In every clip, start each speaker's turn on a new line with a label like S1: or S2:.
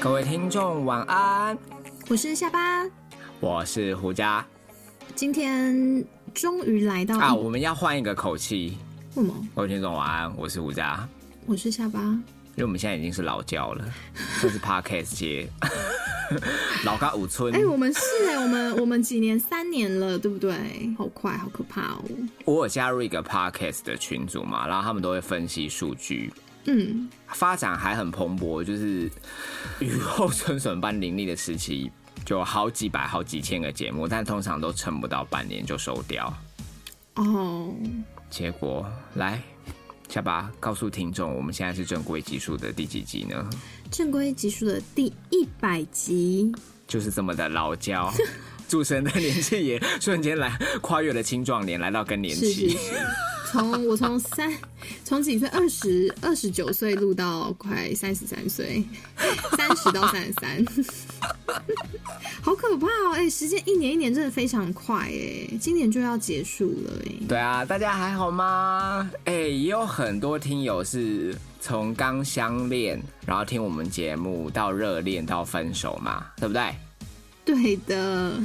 S1: 各位听众晚安，
S2: 我是下巴，
S1: 我是胡佳
S2: 今天终于来到
S1: 啊，我们要换一个口气。
S2: 什么？
S1: 各位听众晚安，我是胡佳，
S2: 我是下巴，
S1: 因为我们现在已经是老教了，这是 podcast 界 老高五村
S2: 哎、。我们是哎、我们我们几年三年了，对不对？好快，好可怕哦。
S1: 我有加入一个 podcast 的群组嘛，然后他们都会分析数据，
S2: 嗯，
S1: 发展还很蓬勃，就是雨后春笋般林立的时期，就有好几百、好几千个节目，但通常都撑不到半年就收掉。
S2: 哦，
S1: 结果来，下巴告诉听众，我们现在是正规集数的第几集呢？
S2: 正规集数的第一百集，
S1: 就是这么的老 焦，主持人的年纪也瞬间来跨越了青壮年，来到更年
S2: 是是
S1: 期。
S2: 是，从我从三 从几岁二十二十九岁录到快三十三 岁，三十到三十三，好可怕哦！哎、时间一年一年真的非常快哎、今年就要结束了哎、
S1: 对啊，大家还好吗？哎、也有很多听友是从刚相恋，然后听我们节目到热恋到分手嘛，对不对？
S2: 对的，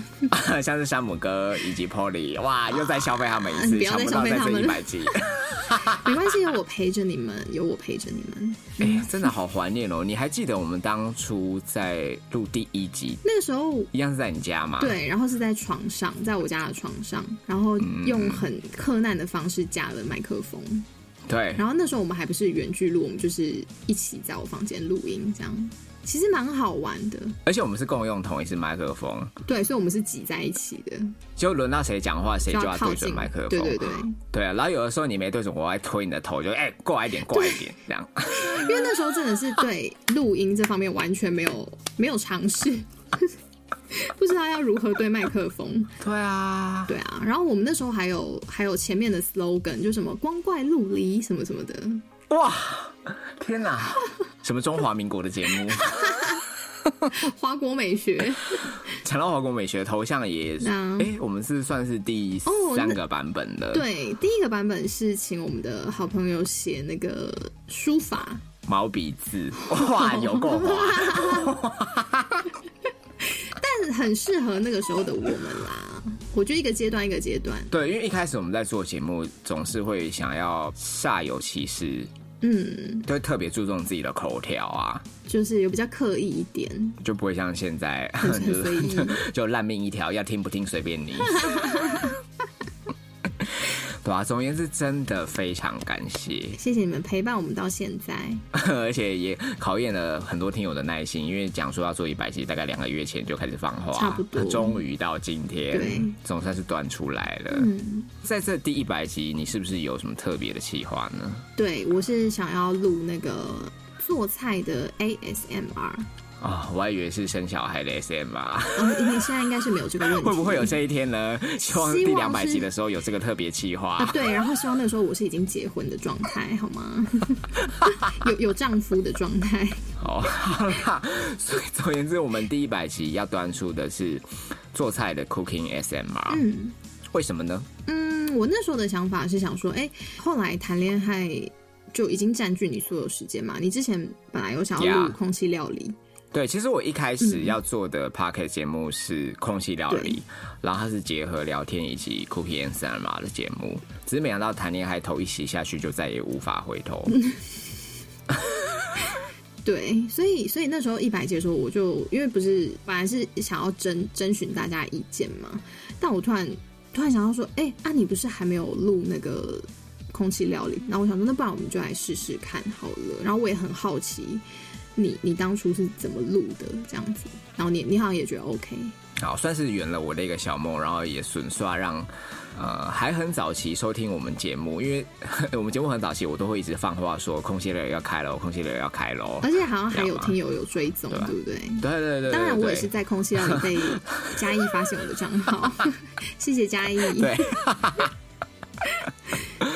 S1: 像是山姆哥以及 Polly，哇，又再消费他们一
S2: 你
S1: 次，
S2: 不要
S1: 想不
S2: 再
S1: 到
S2: 消费
S1: 在
S2: 他
S1: 这
S2: 们
S1: 一
S2: 了
S1: 百集。
S2: 没关系，有我陪着你们，有我陪着你们。
S1: 哎、 真的好怀念哦！你还记得我们当初在录第一集，
S2: 那个时候，
S1: 一样是在你家吗？，
S2: 对，然后是在床上，在我家的床上，然后用很困难的方式架了麦克风。
S1: 对，
S2: 然后那时候我们还不是远距录，我们就是一起在我房间录音，这样其实蛮好玩的。
S1: 而且我们是共用同一支麦克风，
S2: 对，所以我们是挤在一起的，
S1: 就轮到谁讲话，谁就要
S2: 靠
S1: 对准
S2: 近
S1: 麦克风。
S2: 对对对，
S1: 对啊，然后有的时候你没对准，我还推你的头，就哎、过来一 点，过来一点，这样。
S2: 因为那时候真的是对录音这方面完全没有没有尝试。 不知道要如何对麦克风，
S1: 对啊，
S2: 对啊，然后我们那时候还有还有前面的 slogan，就什么光怪陆离什么什么的，
S1: 哇，天哪，什么中华民国的节 目，
S2: 华国美学，
S1: 讲到华国美学头像也是，哎、
S2: 那
S1: 我们是算是第
S2: 哦
S1: 三个版本的，，
S2: 对，第一个版本是请我们的好朋友写那个书法，
S1: 毛笔 字，哇，有够滑。
S2: 但很适合那个时候的我们啦。我觉得一个阶段一个阶段，
S1: 对，因为一开始我们在做节目，总是会想要煞有其事，
S2: 嗯，
S1: 都会特别注重自己的口条啊，
S2: 就是有比较刻意一点，
S1: 就不会像现在
S2: 很
S1: 就
S2: 随意
S1: 是就烂命一条，要听不听随便你。 对啊，总而言之，真的非常感谢，
S2: 谢谢你们陪伴我们到现在。
S1: 而且也考验了很多听友的耐心，因为讲说要做一百集，大概两个月前就开始放话，
S2: 差不多
S1: 终于到今
S2: 对
S1: 天，总算是端出来了。
S2: 嗯，
S1: 在这第一百集，你是不是有什么特别的计划呢？
S2: 对我是想要录那个做菜的 ASMR，
S1: 啊、我还以为是生小孩的 SM 吧，
S2: 嗯，因为现在应该是没有这个问题，
S1: 会不会有这一天呢？ 希望第
S2: 希
S1: 两
S2: 望
S1: 百
S2: 是
S1: 集的时候有这个特别企
S2: 啊
S1: 划，。
S2: 对，然后希望那个时候我是已经结婚的状态，好吗？ 有有丈夫的状态，
S1: 哦， 好啦，所以总而言之，我们第一百集要端出的是做菜的 cooking SMR，、
S2: 嗯
S1: 为什么呢？
S2: 嗯，我那时候的想法是想说，哎、后来谈恋爱就已经占据你所有时间嘛，你之前本来有想要
S1: Yeah
S2: 录空气料理
S1: 对，其实我一开始要做的
S2: 嗯
S1: p o c k e t 节目是空气料理，然后它是结合聊天以及 cooking SMR 的节目，只是没想到谈恋爱头一洗下去就再也无法回头。
S2: 对，所以所以那时候一百集的时候，我就因为不是本来是想要征征询大家意见嘛，但我突然突然想到说，哎、啊，你不是还没有录那个空气料理？然后我想说，那不然我们就来试试看好了。然后我也很好奇你，你当初是怎么录的这样子？然后你你好像也觉得 OK，
S1: 好，算是圆了我的一个小梦，然后也顺刷让呃还很早期收听我们节目，因为 我们节目很早期，我都会一直放话说空气流要开喽，空气流要开喽。
S2: 而且好像还有
S1: 这样吗
S2: 听友有追踪，
S1: 对吧
S2: 对不对？
S1: 对对对对对，
S2: 嗯当然，我也是
S1: 对
S2: 在空气料 理被嘉义发现我的账号， 谢谢嘉义。
S1: 对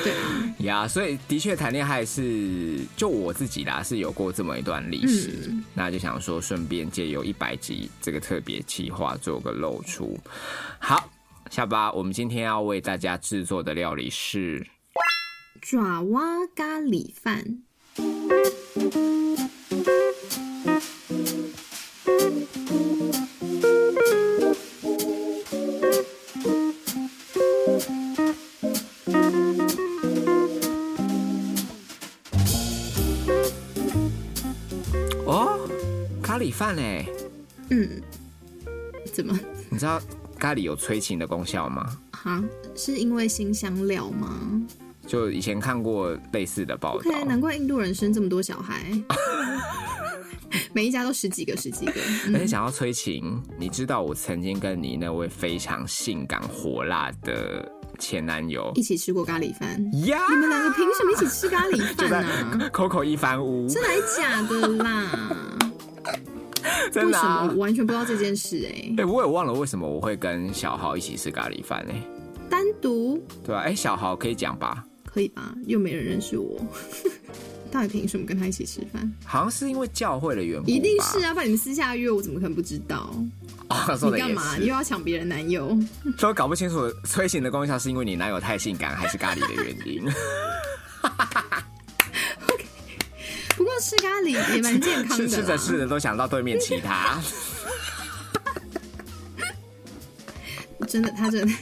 S2: 对啊，
S1: 呀，所以的确谈恋爱是就我自己啦，是有过这么一段历史，
S2: 嗯
S1: 那就想说顺便借由一百集这个特别企划做个露出。好，下巴，我们今天要为大家制作的料理是。
S2: 爪哇咖喱饭。
S1: 咖喱饭哎、
S2: 嗯，怎么
S1: 你知道咖喱有催情的功效吗？
S2: 哈？啊是因为新香料吗
S1: 就以前看过类似的报道
S2: ？OK，难怪印度人生这么多小孩， 每一家都十几个、十几个。
S1: 而
S2: 嗯
S1: 且想要催情，你知道我曾经跟你那位非常性感火辣的前男友
S2: 一起吃过咖喱饭，
S1: 呀，
S2: 你们两个凭什么一起吃咖喱
S1: 就
S2: 饭
S1: 在
S2: 啊？
S1: Coco 一番屋，
S2: 真的还假的啦？
S1: 真
S2: 为
S1: 的、
S2: 什
S1: 啊
S2: 么我。完全不知道这件事、哎，
S1: 哎、我也忘了为什么我会跟小豪一起吃咖喱饭哎、
S2: 单独
S1: 对吧、哎、小豪可以讲吧？
S2: 可以吧？又没人认识我， 到底凭什么跟他一起吃饭？
S1: 好像是因为教会的缘故吧，
S2: 一定是啊，不然你们私下约我，怎么可能不知道？
S1: 啊，说
S2: 你
S1: 的也
S2: 干嘛？又
S1: 是，
S2: 要抢别人男友？
S1: 所以搞不清楚催情的功效是因为你男友太性感，还是咖喱的原 因。
S2: 不过吃咖喱也蛮健康的啊
S1: 吃
S2: 啦
S1: 吃着吃着都想到对面其他，
S2: 真的，他真的，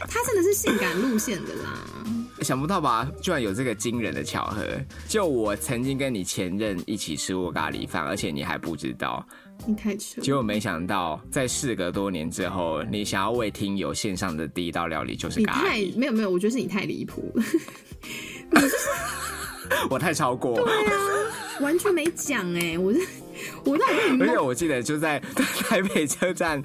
S2: 他真的是性感路线的啦。
S1: 想不到吧？居然有这个惊人的巧合。就我曾经跟你前任一起吃过咖喱饭，而且你还不知道，
S2: 你太扯了，
S1: 结果没想到在事隔多年之后，你想要为听友献上的第一道料理就是
S2: 你
S1: 咖
S2: 太
S1: 喱，
S2: 没有没有，我觉得是你太离谱 了，
S1: 我太超过。
S2: 完全没讲哎、我这我到底被你
S1: 而
S2: 蒙
S1: 且我记得就在呃台北车站，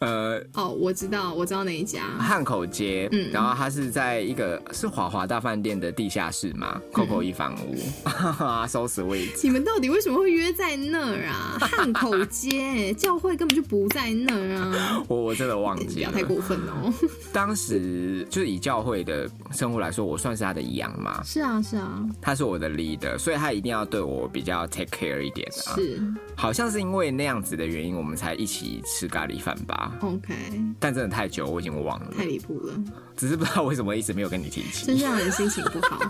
S1: 呃，
S2: 哦，我知道，我知道哪一家。
S1: 汉口街，
S2: 嗯
S1: 然后它是在一个是华华大饭店的地下室嘛，Coco
S2: 嗯
S1: 一房屋， 哈哈，so sweet。
S2: 你们到底为什么会约在那儿啊？汉口街教会根本就不在那儿啊！
S1: 我我真的忘
S2: 不
S1: 记
S2: 要
S1: 了
S2: 太，过分哦。
S1: 当时就是以教会的生活来说，我算是他的羊嘛，
S2: 是啊，是啊，
S1: 他是我的 leader，所以他一定要对我比较 take care 一点啊。
S2: 是
S1: 好像是因为那样子的原因，我们才一起吃咖喱饭吧。
S2: OK，
S1: 但真的太久，我已经忘了，
S2: 太离谱了，
S1: 只是不知道为什么一直没有跟你提
S2: 真啊
S1: 起。
S2: 是让人心情不好。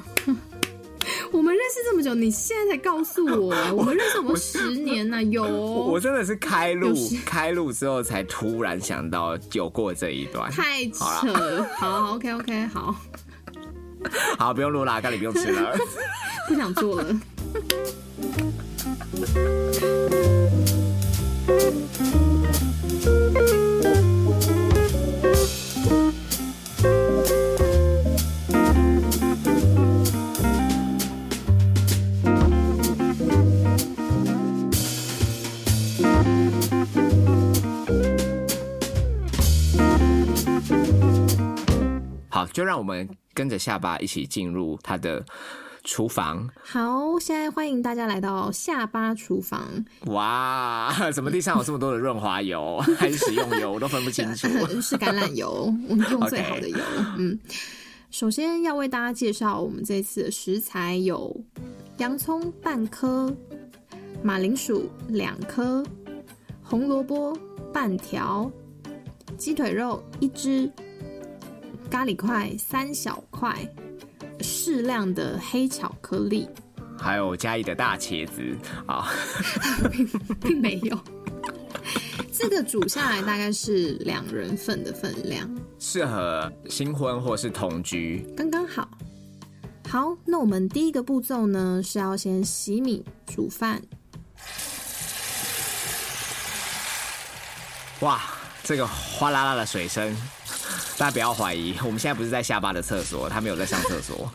S2: 我们认识这么久，你现在才告诉我，我们认识我们十年呐、有
S1: 我我真的是开路
S2: 有时
S1: 开路之后，才突然想到有过这一段。
S2: 太扯了。好好，OK OK，好，
S1: 好，不用录啦，咖喱不用吃 了。
S2: 不想做了。
S1: 好，就让我们跟着下巴一起进入他的厨房。
S2: 好，现在欢迎大家来到下巴厨房。
S1: 哇， 怎么地上有这么多的润滑油， 还是食用油，我都分不清楚。
S2: 是啊橄榄 油，我们用最好的油。嗯，首先要为大家介绍我们这次的食材有洋葱半颗，马铃薯两颗，红萝卜半条，鸡腿肉一只，咖喱块三小块，适量的黑巧克力，
S1: 还有嘉义的大茄子啊，
S2: 并 没有。这个煮下来大概是两人份的分量。
S1: 适合新婚或是同居。
S2: 刚刚好。好，那我们第一个步骤呢是要先洗米煮 饭，
S1: 哇，这个哗啦啦的水声，大家不要怀疑，我们现在不是在下巴的厕所，他没有在上厕所。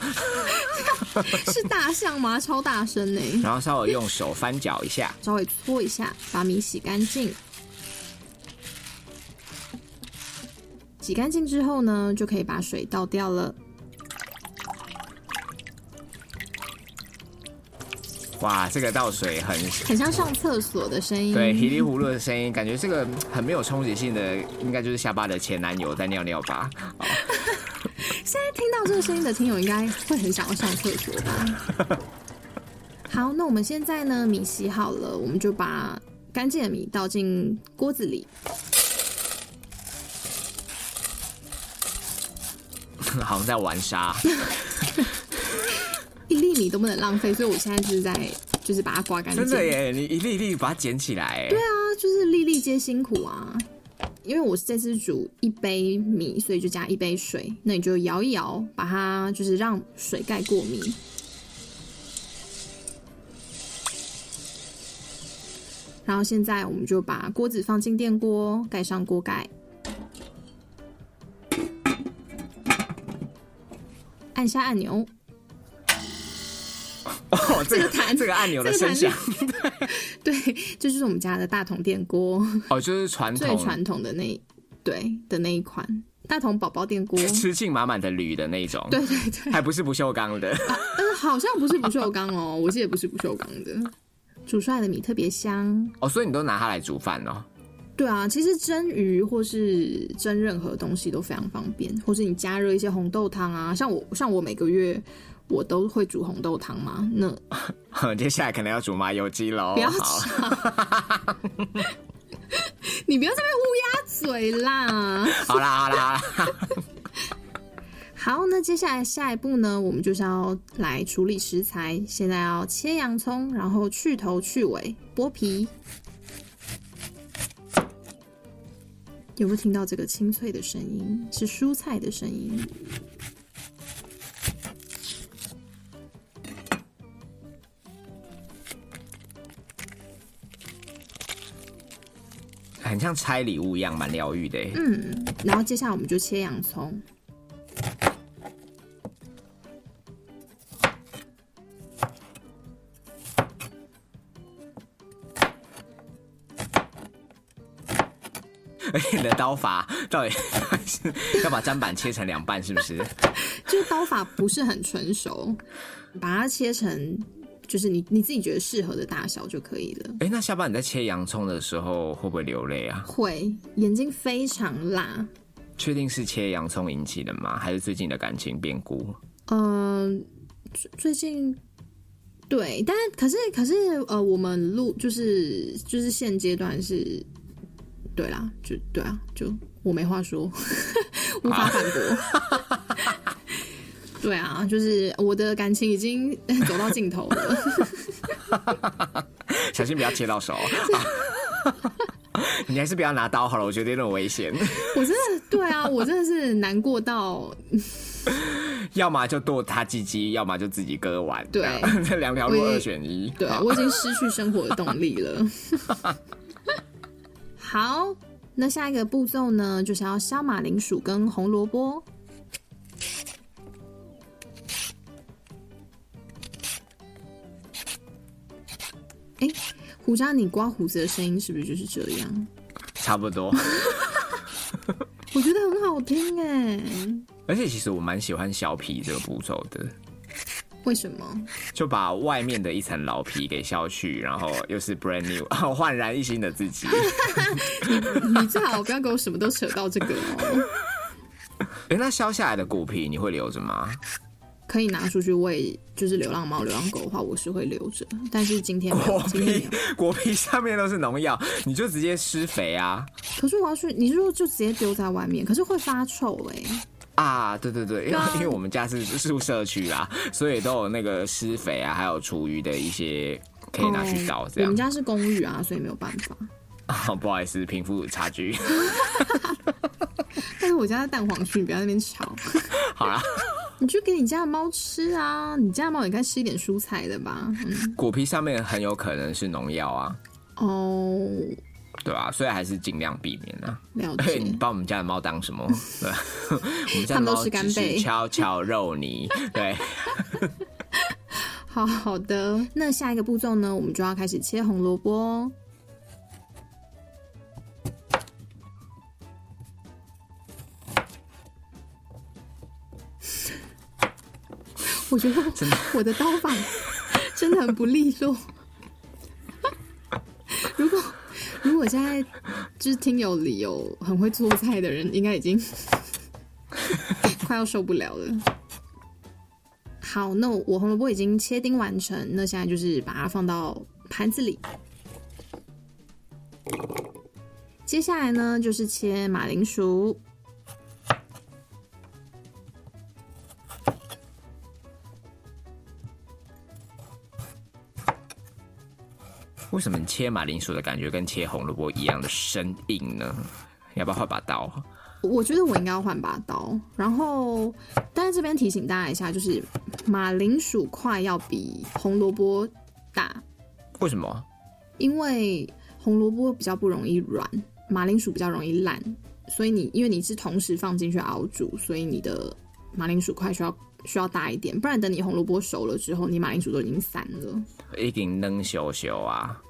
S2: 是大象吗？超大声呢、
S1: 然后稍微用手翻搅一下，
S2: 稍微搓一下，把米洗干净。洗干净之后呢，就可以把水倒掉了。
S1: 哇，这个倒水很
S2: 很像上厕所的声音。
S1: 对，，稀里糊涂的声音，感觉这个嗯很没有冲击性的，应该就是下巴的前男友在尿尿吧？
S2: 现在听到这个声音的听友应该会很想要上厕所吧？好，那我们现在呢，米洗好了，我们就把干净的米倒进锅子里。
S1: 好像在玩沙，
S2: 一粒米都不能浪费，所以我现在就是在就是把它刮干净。
S1: 真的耶！你一粒一粒把它捡起来，
S2: 对啊，就是粒粒皆辛苦啊。因为我是这次煮一杯米，所以就加一杯水。那你就摇一摇，把它就是让水盖过米。然后现在我们就把锅子放进电锅，盖上锅盖，按下按钮。
S1: 哦，这
S2: 这个弹
S1: 这个按钮的
S2: 这个
S1: 声
S2: 弹
S1: 响，
S2: 对，这就是我们家的大桶电锅，
S1: 哦，就是传
S2: 最
S1: 统
S2: 传统的那一对的那一款大桶宝宝电锅。
S1: 吃劲满满的铝的那种，
S2: 对对对，
S1: 还不是不锈钢 的。
S2: 嗯，好像不是不锈钢哦，我记得不是不锈钢的。煮出来的米特别香。
S1: 哦，所以你都拿它来煮饭哦。
S2: 对啊，其实蒸鱼或是蒸任何东西都非常方便，或是你加热一些红豆汤啊，像我像我每个月我都会煮红豆汤嘛，那
S1: 哦 接下来可能要煮麻油鸡喽。
S2: 不要
S1: 好
S2: 吵， 你不要在那边乌鸦嘴啦。
S1: 好啦好啦，好啦
S2: 好，那接下来下一步呢，我们就是要来处理食材。现在要切洋葱，然后去头去尾，剥皮。有没有听到这个清脆的声音？是蔬菜的声音。
S1: 很像拆礼物一样，蛮疗愈的欸。
S2: 嗯，然后接下来我们就切洋葱。
S1: 而且你的刀法到底 是要把砧板切成两半，是不 是？
S2: 就是刀法不是很成熟， 把它切成就是你你自己觉得适合的大小就可以了。
S1: 哎、那下班你在切洋葱的时候会不会流泪啊？
S2: 会，眼睛非常辣。
S1: 确定是切洋葱引起的吗？还是最近的感情变故？
S2: 嗯，最最近对，但可是可是呃，我们录就是就是现阶段是，对啦，就对啊，就我没话说，无法反驳。对啊，就是我的感情已经 走到尽头了。
S1: 小心不要切到手。 你还是不要拿刀好了，我觉得有点危险。
S2: 我真的对啊，我真的是难过到，
S1: 要么就剁他鸡鸡，要么就自己割完。
S2: 对
S1: 这样 这两条路
S2: 我也
S1: 二选一。
S2: 对啊
S1: 好
S2: 我已经失去生活的动力了。 好，那下一个步骤呢，就是要削马铃薯跟红萝卜。哎，胡渣，你刮胡子的声音是不是就是这样？
S1: 差不多。
S2: 我觉得很好听哎，
S1: 而且其实我蛮喜欢削皮这个步骤的，
S2: 为什么？
S1: 就把外面的一层老皮给削去，然后又是 brand new，然 后焕然一新的自己。
S2: 你最好不要给我什么都扯到这个哦，
S1: 哎、那削下来的骨皮你会留着吗？
S2: 可以拿出去喂，就是流浪猫、流浪狗的话，我是会留着，但是今天没 有
S1: 果，
S2: 今天没
S1: 皮
S2: 有。
S1: 果皮下面都是农药，你就直接施肥啊
S2: 可是我要去，你是说就直接丢在外面？可是会发臭哎、
S1: 啊！对对对，因为
S2: 对啊
S1: 因为我们家是宿舍区啦，所以都有那个施肥啊，还有厨余的一些可以拿去倒这
S2: 哦哎我
S1: 样
S2: 们。家是公寓啊，所以没有办法。
S1: 啊， 不好意思，贫富差距。
S2: 但是我家在蛋黄区，你不要在那边吵。
S1: 好啦，
S2: 你去给你家的猫吃啊，你家的猫也该吃一点蔬菜的吧？嗯，
S1: 果皮上面很有可能是农药啊，
S2: 哦，
S1: 对吧、所以还是尽量避免啊。
S2: 了
S1: 对， 你
S2: 解。
S1: 把我们家的猫当什么？对， 我们家
S2: 它
S1: 的
S2: 们都
S1: 猫
S2: 吃干
S1: 只是
S2: 贝
S1: 敲敲肉泥。对，
S2: 好好的，那下一个步骤呢，我们就要开始切红萝卜哦。 我觉得我的刀法真的很不利落。 如果如果现在就是听友里有很会做菜的人，应该已经 快要受不了了。好，那我红萝卜已经切丁完成，那现在就是把它放到盘子里。接下来呢，就是切马铃薯。
S1: 为什么你切马铃薯的感觉跟切红萝卜一样的生硬呢？要不要换把刀？
S2: 我觉得我应该要换把刀，然后，但是这边提醒大家一下，就是马铃薯块要比红萝卜大，
S1: 为什么？
S2: 因为红萝卜比较不容易软，马铃薯比较容易烂，所以你因为你是同时放进去熬煮，所以你的马铃薯块需要需要大一点，不然等你红萝卜熟了之后，你马铃薯都已经散了。
S1: 一定扔羞羞啊！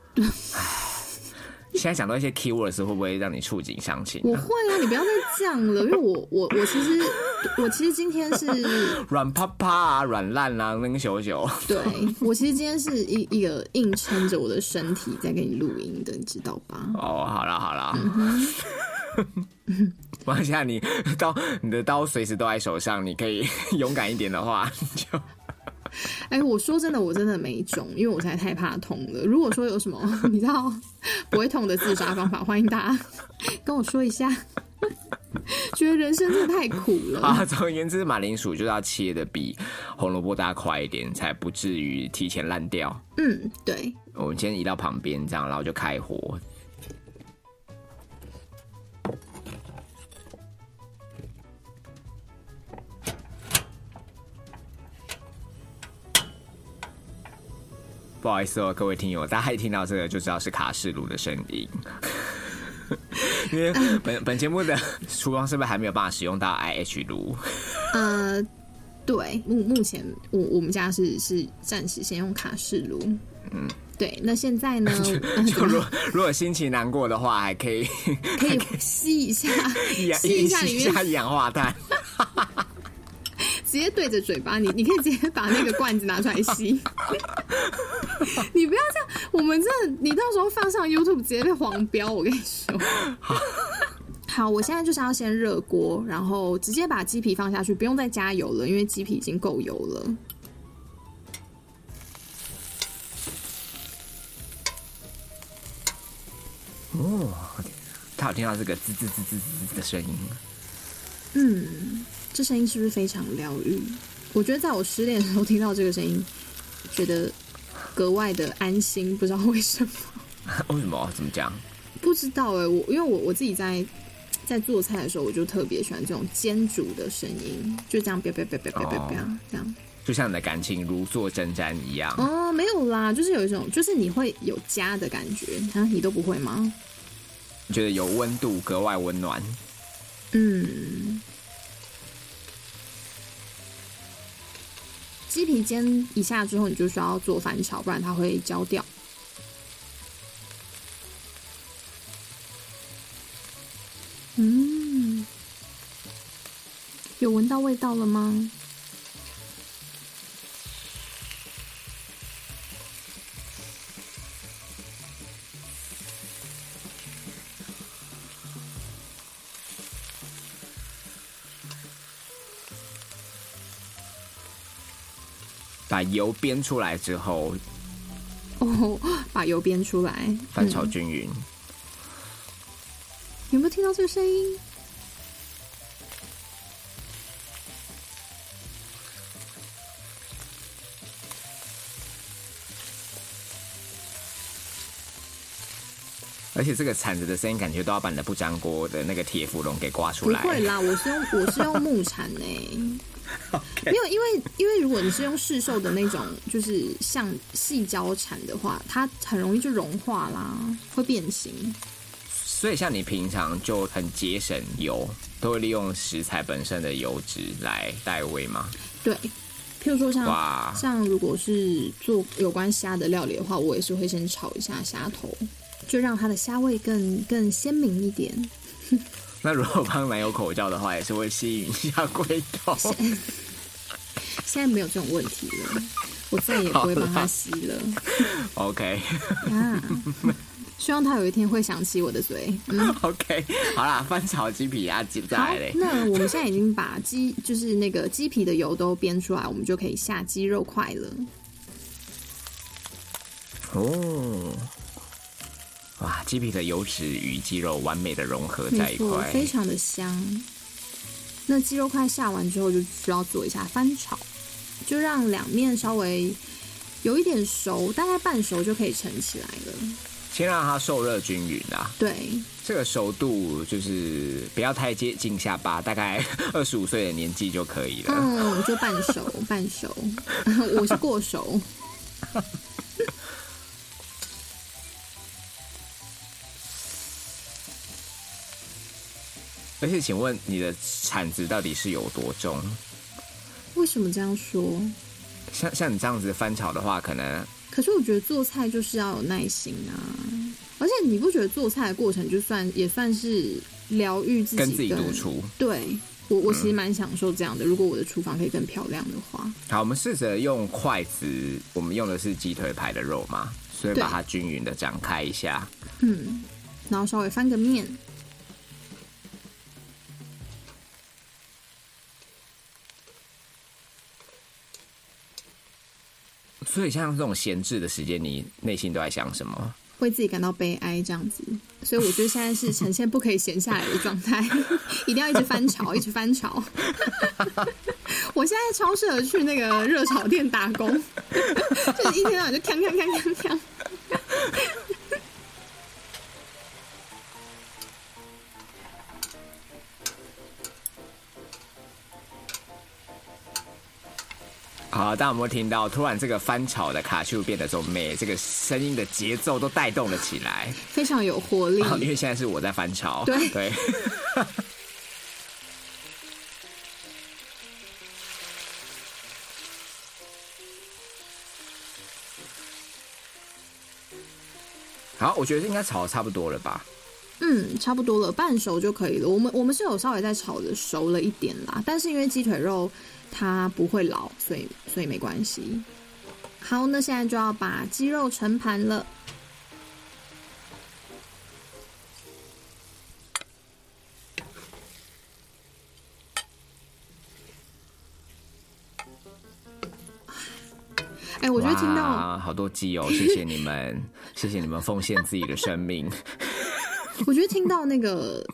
S1: 现在讲到一些 keywords 会不会让你触景伤情
S2: 我
S1: 啊？
S2: 会啊，你不要再犟了，因为我我我其实我其实今天是
S1: 软趴趴啊，软烂啊，扔羞羞。
S2: 对我其实今天是一一个硬撑着我的身体在给你录音的，你知道吧？
S1: 哦，好啦好啦。 往下你刀，你的刀随时都在手上，你可以 勇敢一点的话，你就
S2: 哎、我说真的，我真的没中，因为我实在太怕痛了。如果说有什么 你知道不会痛的自杀方法，欢迎大家跟我说一下。 觉得人生真的太苦了，
S1: 啊。总而言之，马铃薯就是要切的比红萝卜大块一点，才不至于提前烂掉。
S2: 嗯，对，
S1: 我们先移到旁边这样，然后就开火。不好意思哦，各位听友，大家一听到这个就知道是卡式炉的声音。 因为本本节目的厨房是不是还没有办法使用到 IH 炉？
S2: 呃，对，目目前我我们家是是暂时先用卡式炉，嗯，对，那现在呢，呃
S1: 就如如果心情难过的话，还可以
S2: 可以吸一下，
S1: 氧
S2: 吸一下里
S1: 一
S2: 面
S1: 下一氧化碳。
S2: 直接对着嘴巴，你 你可以直接把那个罐子拿出来吸。 你不要这样，我们这你到时候放上 YouTube 直接被黄标，我跟你说。好，我现在就是要先热锅，然后直接把鸡皮放下去，不用再加油了，因为鸡皮已经够油了。
S1: 他有听到这个滋滋滋滋滋滋的声音。
S2: 这声音是不是非常疗愈？我觉得在我失恋的时候听到这个声音，觉得格外的安心，不知道为什么。
S1: 为什么？怎么讲？
S2: 不知道哎、我因为我我自己在在做菜的时候，我就特别喜欢这种煎煮的声音，就这样啪啪啪啪啪啪啪
S1: 哦
S2: 这样。
S1: 就像你的感情如坐针毡一样。
S2: 哦，没有啦，就是有一种，就是你会有家的感觉啊，你都不会吗？
S1: 你觉得有温度，格外温暖。
S2: 嗯，鸡皮煎一下之后，你就需要做翻炒，不然它会焦掉。嗯，有闻到味道了吗？
S1: 把油煸出来之后，
S2: 哦，把油煸出来，
S1: 翻炒均匀。
S2: 嗯有没有听到这个声音？
S1: 而且这个铲子的声音，感觉都要把你的不粘锅的那个铁氟龙给刮出
S2: 不
S1: 来。
S2: 会 啦，我是用我是用木铲诶、没有，因为因为如果你是用市售的那种，就是像细胶铲的话，它很容易就融化啦，会变形。
S1: 所以像你平常就很节省油，都会利用食材本身的油脂来带味吗？
S2: 对，譬如说像
S1: 哇，
S2: 像如果是做有关虾的料理的话，我也是会先炒一下虾头，就让它的虾味更更鲜明一点。
S1: 那如果帮男友口罩的话，也是会吸引一下龟 头。
S2: 现在没有这种问题了，我再也不会帮它吸了
S1: OK
S2: 啊！希望它有一天会想起我的嘴。
S1: OK，好啦，翻炒鸡皮啊，接下
S2: 好
S1: 来，嘞。
S2: 那我们现在已经把鸡，就是那个鸡皮的油都煸出来，我们就可以下鸡肉块了。
S1: 哦，哇，鸡皮的油脂与鸡肉完美的融合在
S2: 没
S1: 一
S2: 错，
S1: 块，
S2: 非常的香。那鸡肉块下完之后，就需要做一下翻炒，就让两面稍微有一点熟，大概半熟就可以盛起来了。
S1: 先让它受热均匀啊。
S2: 对，
S1: 这个熟度就是不要太接近下巴，大概 二十五岁的年纪就可以了。
S2: 嗯，就半熟，半熟， 我是过熟。
S1: 而且，请问你的产值到底是有多重？
S2: 为什么这样说？
S1: 像像你这样子翻炒的话，可能
S2: 可是我觉得做菜就是要有耐心啊，而且你不觉得做菜的过程就算也算是疗愈自己
S1: 跟自己独处。
S2: 对我，我其实蛮享受这样的。如果我的厨房可以更漂亮的话，
S1: 好，我们试着用筷子，我们用的是鸡腿排的肉嘛，所以
S2: 对
S1: 把它均匀的展开一下。
S2: 嗯，然后稍微翻个面，
S1: 所以，像这种闲置的时间，你内心都在想什么？
S2: 为自己感到悲哀这样子。所以我觉得现在是呈现不可以闲下来的状态， 一定要一直翻炒，一直翻炒。 我现在超适合去那个热炒店打工， 就是一天到晚就锵锵锵锵锵。
S1: 好，大家有没有听到？突然这个翻炒的卡丘变得中妹，这个声音的节奏都带动了起来。哦
S2: 非常有活力。
S1: 好因为现在是我在翻炒。
S2: 嗯对
S1: 对。 好，我觉得应该炒得差不多了吧？
S2: 嗯，差不多了，半熟就可以了。我们我们是有稍微在炒的熟了一点啦，但是因为鸡腿肉它不会老，所以所以没关系。好，那现在就要把鸡肉盛盘了。哎，我觉得听到
S1: 哇好多鸡哦，谢谢你们，谢谢你们奉献自己的生命。
S2: 我觉得听到那个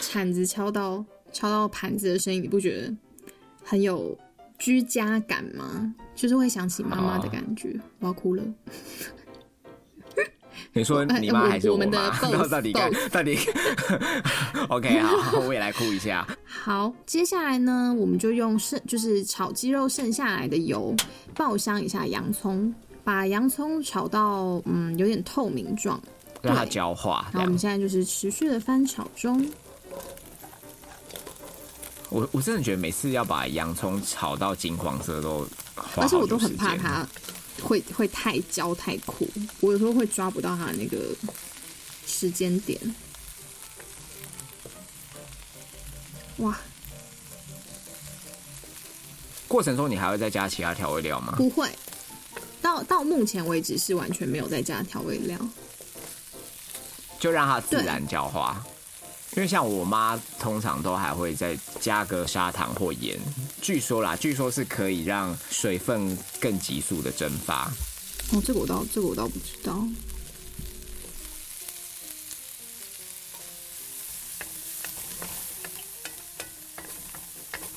S2: 铲子敲到敲到盘子的声音，你不觉得很有居家感吗？就是会想起妈妈的感觉。我要哭了。
S1: 你说
S2: 哎
S1: 你妈
S2: 我
S1: 还是
S2: 我
S1: 妈？
S2: 们的 boss，
S1: 到底 该
S2: boss
S1: 到底 ？OK，好，我也来哭一下。
S2: 好，接下来呢，我们就用剩就是炒鸡肉剩下来的油爆香一下洋葱，把洋葱炒到嗯有点透明状。
S1: 让它
S2: 对嗯
S1: 焦化。这
S2: 然后我
S1: 样
S2: 们现在就是持续的翻炒中。
S1: 我我真的觉得每次要把洋葱炒到金黄色都花好久时间，
S2: 而且我都很怕它会会太焦太苦，我有时候会抓不到它那个时间点。哇，
S1: 过程中你还会再加其他调味料吗？
S2: 不会，到到目前为止是完全没有再加调味料。
S1: 就让它自然焦化。因为像我妈通常都还会再加个砂糖或盐，据说啦，据说是可以让水分更急速的蒸发。
S2: 哦，这个我倒这个我倒不知道。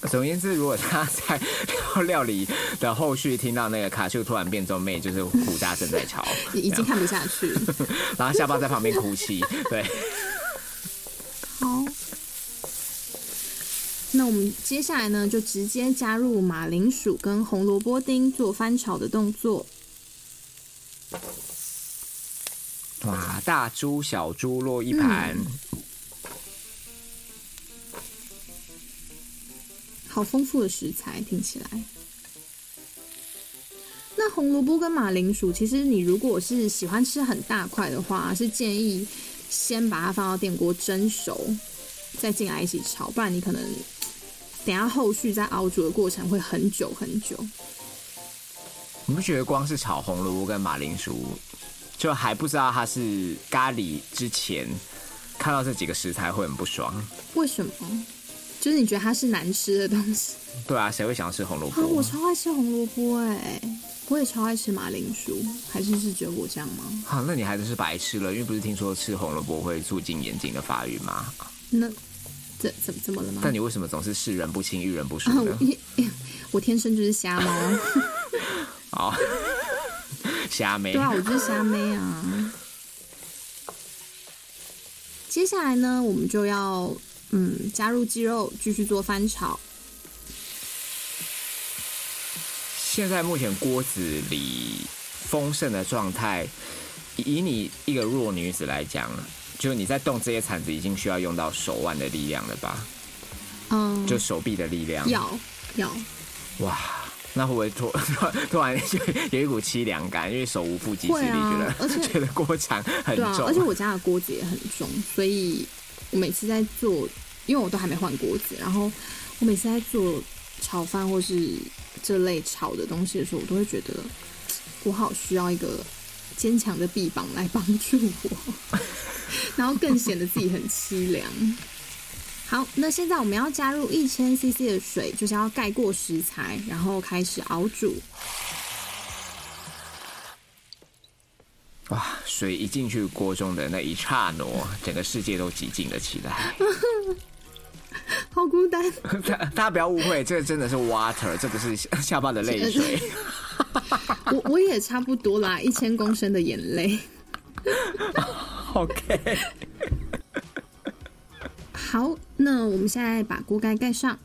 S1: 总而言之，如果她 在料理的后续听到那个卡丘突然变皱妹，就是胡渣正在炒，
S2: 已已经看不下去了。
S1: 然后下巴在旁边哭泣，对。
S2: 好，那我们接下来呢，就直接加入马铃薯跟红萝卜丁做翻炒的动作。
S1: 哇，大珠小珠落一盘，
S2: 嗯好丰富的食材，听起来。那红萝卜跟马铃薯，其实你如果是喜欢吃很大块的话，是建议先把它放到电锅蒸熟，再进来一起炒，不然你可能等一下后续在熬煮的过程会很久很久。
S1: 你不觉得光是炒红萝卜跟马铃薯，就还不知道它是咖喱之前，看到这几个食材会很不爽？
S2: 为什么？就是你觉得它是难吃的东西
S1: 对啊，谁会想要吃红萝
S2: 啊？我
S1: 卜？
S2: 超爱吃红萝卜哎、我也超爱吃马铃薯，还是是只有我这样吗？
S1: 好、那你还真是白痴了，因为不是听说吃红萝卜会促进眼睛的发育吗？
S2: 嗯那怎怎怎么了吗？
S1: 但你为什么总是视人不清，遇人不淑
S2: 啊，
S1: 呢
S2: 我？ 一我天生就是瞎猫，
S1: 哦，瞎妹
S2: 对，啊，我就是瞎妹啊。接下来呢，我们就要嗯加入鸡肉，继续做翻炒。
S1: 现在目前锅子里丰盛的状态，以以你一个弱女子来讲，就是你在动这些铲子，已经需要用到手腕的力量了吧？
S2: 嗯，
S1: 就手臂的力量。
S2: 要要，
S1: 哇，那会不会突 突然就有一股凄凉感？因为手无缚鸡之
S2: 会
S1: 力，
S2: 啊
S1: 觉得、
S2: 而 且
S1: 觉得锅铲很
S2: 对
S1: 重。
S2: 啊，而且我家的锅子也很重，所以我每次在做，因为我都还没换锅子，然后我每次在做炒饭或是这类炒的东西的时候，我都会觉得我好需要一个坚强的臂膀来帮助我， 然后更显得自己很凄凉。好，那现在我们要加入一千 CC 的水，就是要盖过食材，然后开始熬煮。
S1: 哇，水一进去锅中的那一刹那，整个世界都寂静了起来。
S2: 好孤单，
S1: 大大家不要误会，这真的是 water，这不是下下巴的泪水。
S2: 我我也差不多啦，一千公升的眼泪。
S1: OK，
S2: 好，那我们现在把锅盖盖上。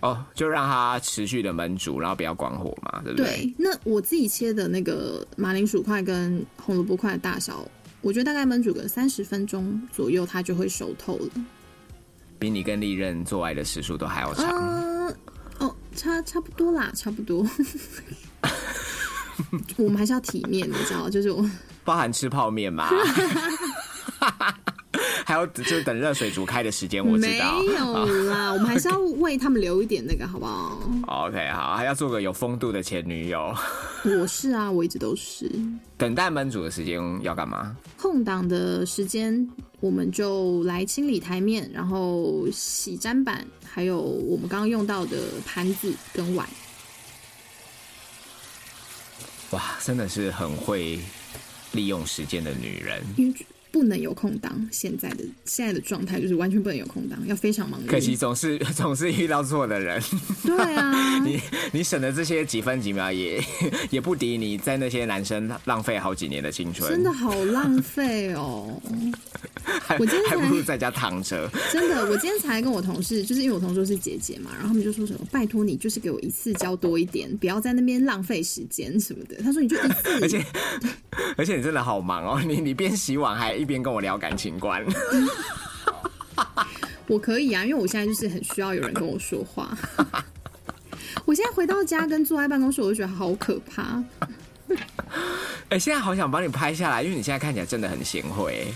S1: 哦，就让它持续的焖煮，然后不要关火嘛，对不对？
S2: 对，那我自己切的那个马铃薯块跟红萝卜块的大小，我觉得大概焖煮个三十分钟左右，它就会熟透了。
S1: 比你跟利刃做爱的时数都还要长。
S2: 嗯、哦，差差不多啦，差 不多。我们还是要体面，你知道，就是我
S1: 包含吃泡面嘛， 还有就是等热水煮开的时 间，我知
S2: 没
S1: 道。
S2: 有啦，我们还是要为他们留一点那个，好不好？
S1: OK，好，还要做个有风度的前女友。
S2: 我是啊，我一直都是。
S1: 等待焖煮的时间要干嘛？
S2: 空档的时间，我们就来清理台面，然后洗砧板，还有我们刚刚用到的盘子跟碗。
S1: 哇，真的是很会利用时间的女人，
S2: 因为不能有空档。现在的现在的状态就是完全不能有空档，要非常忙碌。
S1: 可惜总是 总是遇到错的人。
S2: 对啊，
S1: 你你省的这些几分几秒也也不敌你在那些男生浪费好几年的青春，
S2: 真的好浪费哦。
S1: 还
S2: 我今天
S1: 还
S2: 才
S1: 不如在家躺着。
S2: 真的，我今天才跟我同事，就是因为我同事是姐姐嘛，然后他们就说什么拜托你，就是给我一次交多一点，不要在那边浪费时间什么的。他说你就一 次，
S1: 而且而且你真的好忙哦，你你边洗碗还一边跟我聊感情观，
S2: 我可以啊，因为我现在就是很需要有人跟我说话。 我现在回到家跟坐在办公室，我就觉得好可怕。
S1: 哎、现在好想帮你拍下来，因为你现在看起来真的很贤惠。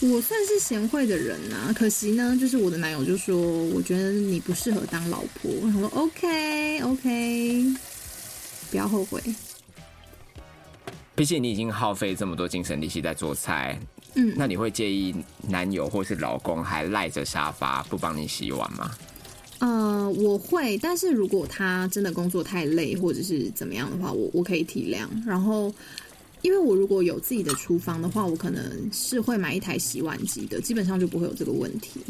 S2: 我算是贤惠的人啊，可惜呢，就是我的男友就说，我觉得你不适合当老婆。我想说 OK OK，不要后悔。
S1: 毕竟你已经耗费这么多精神力气在做菜，
S2: 嗯
S1: 那你会介意男友或是老公还赖着沙发不帮你洗碗吗？
S2: 呃，我会，但是如果他真的工作太累或者是怎么样的话，我我可以体谅。然后，因为我如果有自己的厨房的话，我可能是会买一台洗碗机的，基本上就不会有这个问题。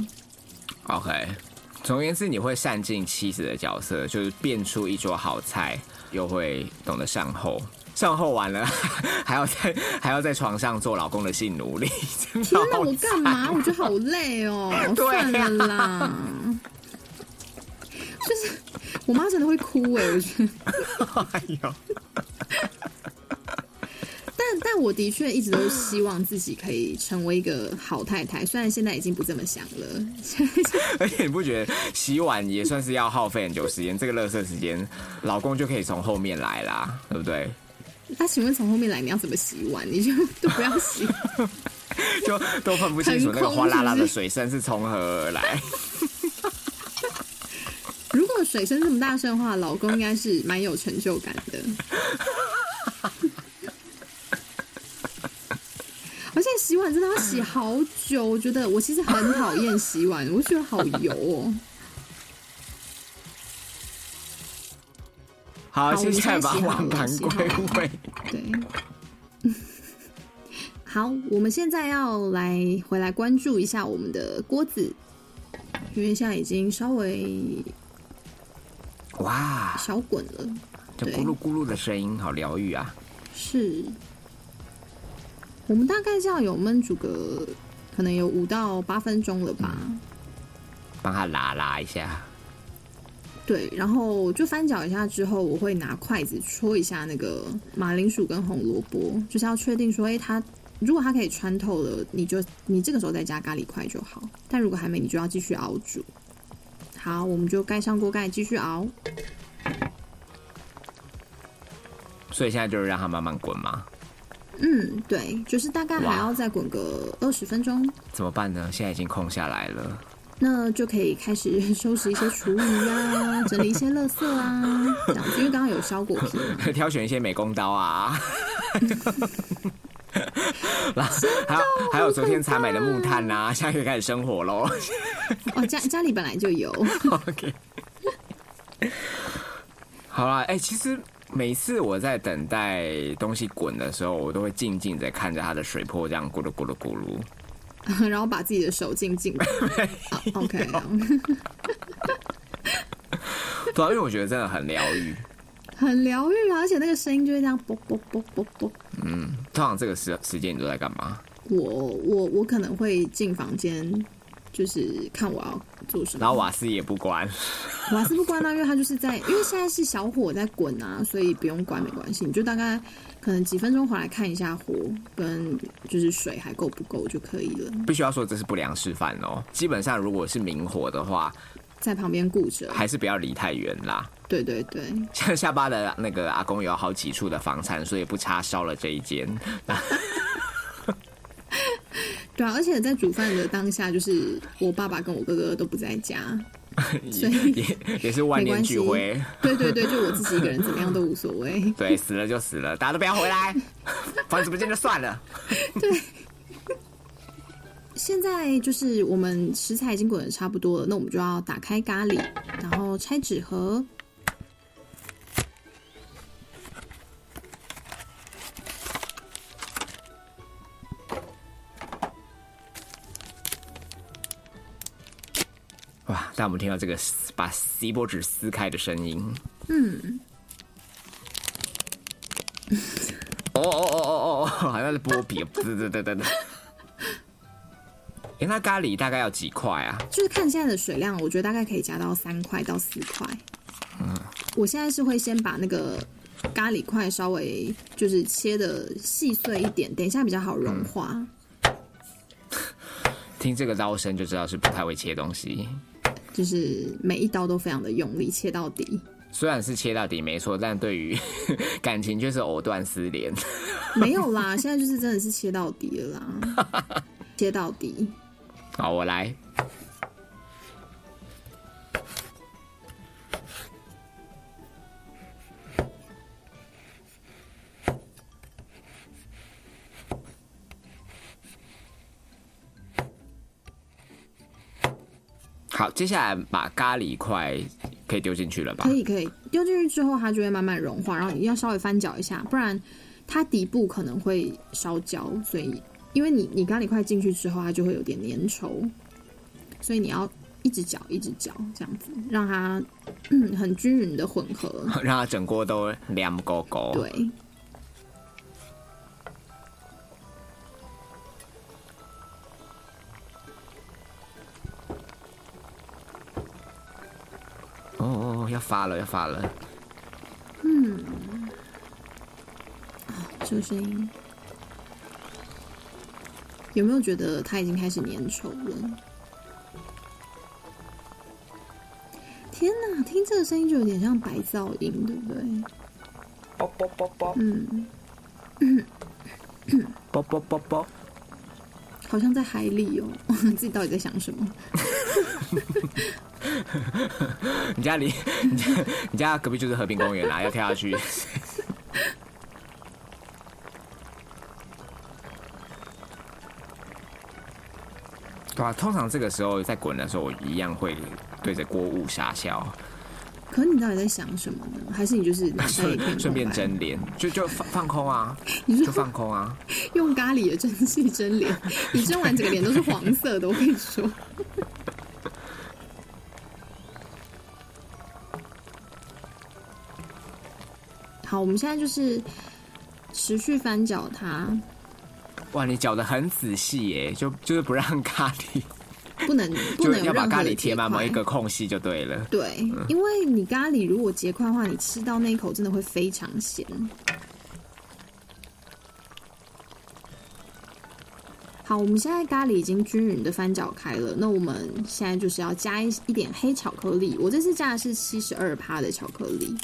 S1: OK，总而言之，你会善尽妻子的角色，就是变出一桌好菜，又会懂得善后。善后完了， 还要在还要在床上做老公的性奴隶， 真
S2: 天
S1: 的
S2: 哪，
S1: 好
S2: 我干嘛？我觉得好累哦，算了啦。就是我妈真的会哭哎、我觉得，
S1: 哎 呦！
S2: 但但我的确一直都希望自己可以成为一个好太太，虽然现在已经不这么想了。
S1: 而且你不觉得洗碗也算是要耗费很久时间？这个垃圾时间，老公就可以从后面来啦，对不对？
S2: 那、请问从后面来你要怎么洗碗？你就都不要洗。
S1: 就都分不清楚那个
S2: 很空
S1: 哗啦啦
S2: 是
S1: 的
S2: 不是
S1: 水声是从何而来。
S2: 啊如果水声这么大声的话，老公应该是蛮有成就感的。 而且洗碗真的要洗好久，我觉得我其实很讨厌洗碗，我觉得好油哦。
S1: 好，
S2: 好
S1: 现在把
S2: 我们
S1: 碗
S2: 现在
S1: 盘
S2: 洗好
S1: 归
S2: 了
S1: 位。
S2: 对， 好，我们现在要来回来关注一下我们的锅子，因为现在已经稍微
S1: 哇，
S2: 小滚了。
S1: 这
S2: 对
S1: 咕噜咕噜的声音好疗愈啊！
S2: 是，我们大概这样有焖煮个可能有五到八分钟了吧。
S1: 帮他拉拉一下。
S2: 对，然后就翻搅一下之后，我会拿筷子戳一下那个马铃薯跟红萝卜，就是要确定说，哎，它如果它可以穿透了，你就你这个时候再加咖喱块就好。但如果还没，你就要继续熬煮。好，我们就盖上锅盖继续熬。
S1: 所以现在就是让它慢慢滚嘛。
S2: 嗯，对，就是大概还要再滚个二十分钟，
S1: 怎么办呢？现在已经空下来了。
S2: 那就可以开始 收拾一些厨余啊，整理一些垃圾啊，这样子。因为刚刚有削果皮 嘛，
S1: 挑选一些美工刀啊， 然后还有还有昨天才买的木炭啊，现在可以开始生火喽。
S2: 哦，家家里本来就有，
S1: OK，好啦，哎、其实每次我在等待东西滚的时候，我都会静静的看着它的水波这样咕噜咕噜咕噜。
S2: 然后把自己的手浸进去。啊 OK，
S1: 对、啊，因为我觉得真的很疗愈。
S2: 很疗愈啊，而且那个声音就会这样啵啵啵啵啵。
S1: 通常这个时时间你都在干嘛？
S2: 我我我可能会进房间，就是看我要做什么。
S1: 然后瓦斯也不关，
S2: 瓦斯不关啊，因为它就是在，因为现在是小火在滚啊，所以不用关没关系，你就大概可能几分钟回来看一下火跟就是水还够不够就可以了，
S1: 必须要说这是不良示范哦。基本上如果是明火的话，
S2: 在旁边顾着。
S1: 还是不要离太远啦。
S2: 对对对，
S1: 像下 巴的那个阿公有好几处的房产，所以不差烧了这一 间。
S2: 对啊，而且在煮饭的当下，就是我爸爸跟我哥哥都不在家，
S1: 也 也也是万
S2: 没
S1: 念
S2: 关系
S1: 俱灰。
S2: 对对对，就我自己一个人怎么样都无所谓。
S1: 对，死了就死了，大家都不要回来，房子不见就算了。
S2: 现在就是我们食材已经滚的差不多了，那我们就要打开咖喱，然后拆纸盒。
S1: 哇！但我们听到这个撕把锡箔纸撕开的声音，嗯，哦哦哦哦哦， 哦，好像是剥皮，对对对对对。哎，那咖喱大概要几块啊？
S2: 就是看现在的水量，我觉得大概可以加到三块到四块。我现在是会先把那个咖喱块稍微就是切的细碎一点，等一下比较好融化。
S1: 听这个刀声就知道是不太会切东西。
S2: 就是每一刀都非常的用力，切到底。
S1: 虽然是切到底没错，但对于 感情却是藕断丝连。
S2: 没有啦，现在就是真的是切到底了啦，切到底。
S1: 好，我来。好，接下来把咖喱块可以丢进去了吧
S2: 可？以可以，丢进去之后它就会慢慢融化，然后你要稍微翻搅一下，不然它底部可能会烧焦，所以因为你你咖喱块进去之后，它就会有点粘稠，所以你要一直搅一直搅这样子，让它嗯很均匀的混合。
S1: 让它整锅都凉勾勾。
S2: 对，
S1: 哦哦哦，要发了，要发了。
S2: 这个声音有没有觉得它已经开始粘稠了？天哪，听这个声音就有点像白噪音，对不对？
S1: 啵啵啵啵。
S2: 好像在海里哦， 自己到底在想什么？
S1: 你家离 你家你家隔壁就是和平公 园啦、要跳下去。 对啊，通常这个时候在滚的时候，我一样会对着锅物傻笑，
S2: 可你到底在想什么呢？还是你就是脑袋一片空白
S1: 顺顺便蒸脸，就就放放空啊，
S2: 你
S1: 就
S2: 说
S1: 放空啊。
S2: 用咖喱的蒸汽蒸脸，你蒸完整个脸都是黄色的，我跟你说。 好，我们现在就是持续翻搅它，
S1: 哇，你搅得很仔细耶，就就是不让咖喱
S2: 不能不
S1: 就
S2: 能有
S1: 要把
S2: 任
S1: 咖
S2: 何的
S1: 喱贴
S2: 结
S1: 满某
S2: 块
S1: 一。个空隙就对了。
S2: 对，因为你咖喱如果结块的话，你吃到那一口真的会非常咸。好，我们现在咖喱已经均匀的翻搅开了，那我们现在就是要加一一点黑巧克力。我这次加的是七十二趴的巧克力。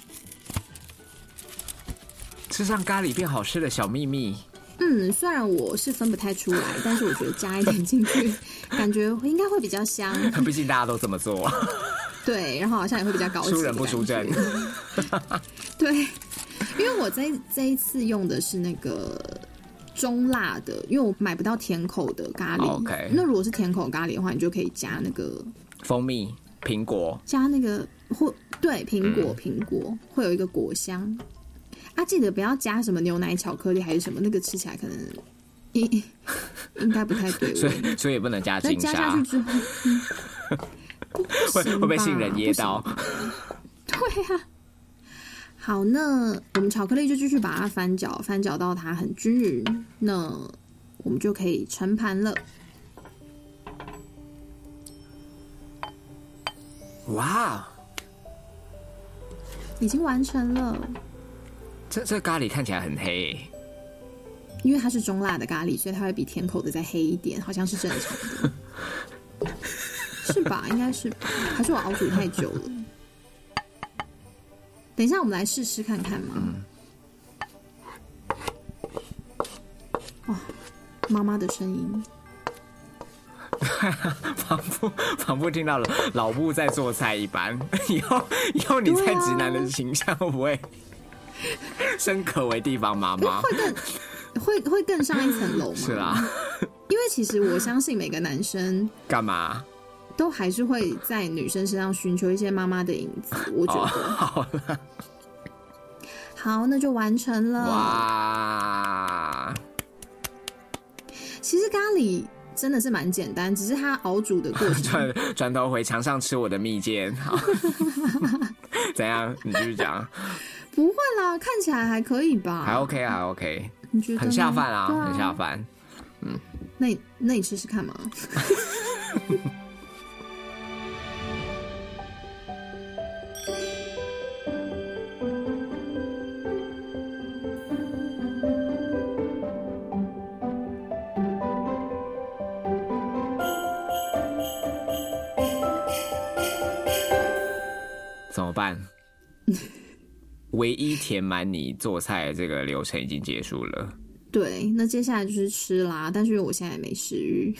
S1: 吃上咖喱变好吃的小秘密，
S2: 嗯，虽然我是分不太出来，但是我觉得加一点进去，感觉会应该会比较香。
S1: 毕竟大家都这么做，
S2: 对，然后好像也会比较高级。
S1: 输人不输阵。。
S2: 对，因为我这这一次用的是那个中辣的，因为我买不到甜口的咖喱。
S1: 哦 OK
S2: 那如果是甜口咖喱的话，你就可以加那个
S1: 蜂蜜、苹果，
S2: 加那个或对苹
S1: 嗯
S2: 果苹果会有一个果香。啊，记得不要加什么牛奶、巧克力还是什么，那个吃起来可能应应该不太对
S1: 所
S2: 味。
S1: 以所以也不能加
S2: 那
S1: 金
S2: 加
S1: 沙
S2: 下去，之后，嗯 不不
S1: 会
S2: 行
S1: 会被
S2: 吧
S1: 杏仁噎到。
S2: 对啊。好，那我们巧克力就继续把它翻搅，翻搅到它很均匀，那我们就可以盛盘了。
S1: 哇，
S2: 已经完成了，
S1: 这这咖喱看起来很黑耶，
S2: 因为它是中辣的咖喱，所以它会比甜口的再黑一点，好像是正常的，是吧？应该是吧，还是我熬煮太久了？等一下，我们来试吃看看嘛。嗯哇，妈妈的声音。
S1: 仿佛 仿佛听到了老布在做菜一般。 以后以后你在
S2: 对啊
S1: 直男的形象会不会
S2: 啊
S1: 深可为地方妈 妈？
S2: 会会更上一层楼吗？
S1: 啊是啦，
S2: 因为其实我相信每个男生
S1: 干嘛？
S2: 都还是会在女生身上寻求一些妈妈的影 子，我觉得。
S1: 哦好了，
S2: 好，那就完成了。嗯
S1: 哇，
S2: 其实咖喱真的是蛮简单，只是它熬煮的过 程。
S1: 转转头回墙上吃我的蜜饯， 好， 怎样？你继续讲，
S2: 不会啦，看起来还可以吧？
S1: 还 OK 啊还，OK，
S2: 你觉得呢
S1: 很下饭
S2: 对
S1: 啊，
S2: 啊
S1: 很下饭。
S2: 那你那你试试看嘛。
S1: 怎么办？ 唯一填满你做菜的这个流程已经结束了，
S2: 对，那接下来就是吃啦，但是因为我现在也没食欲。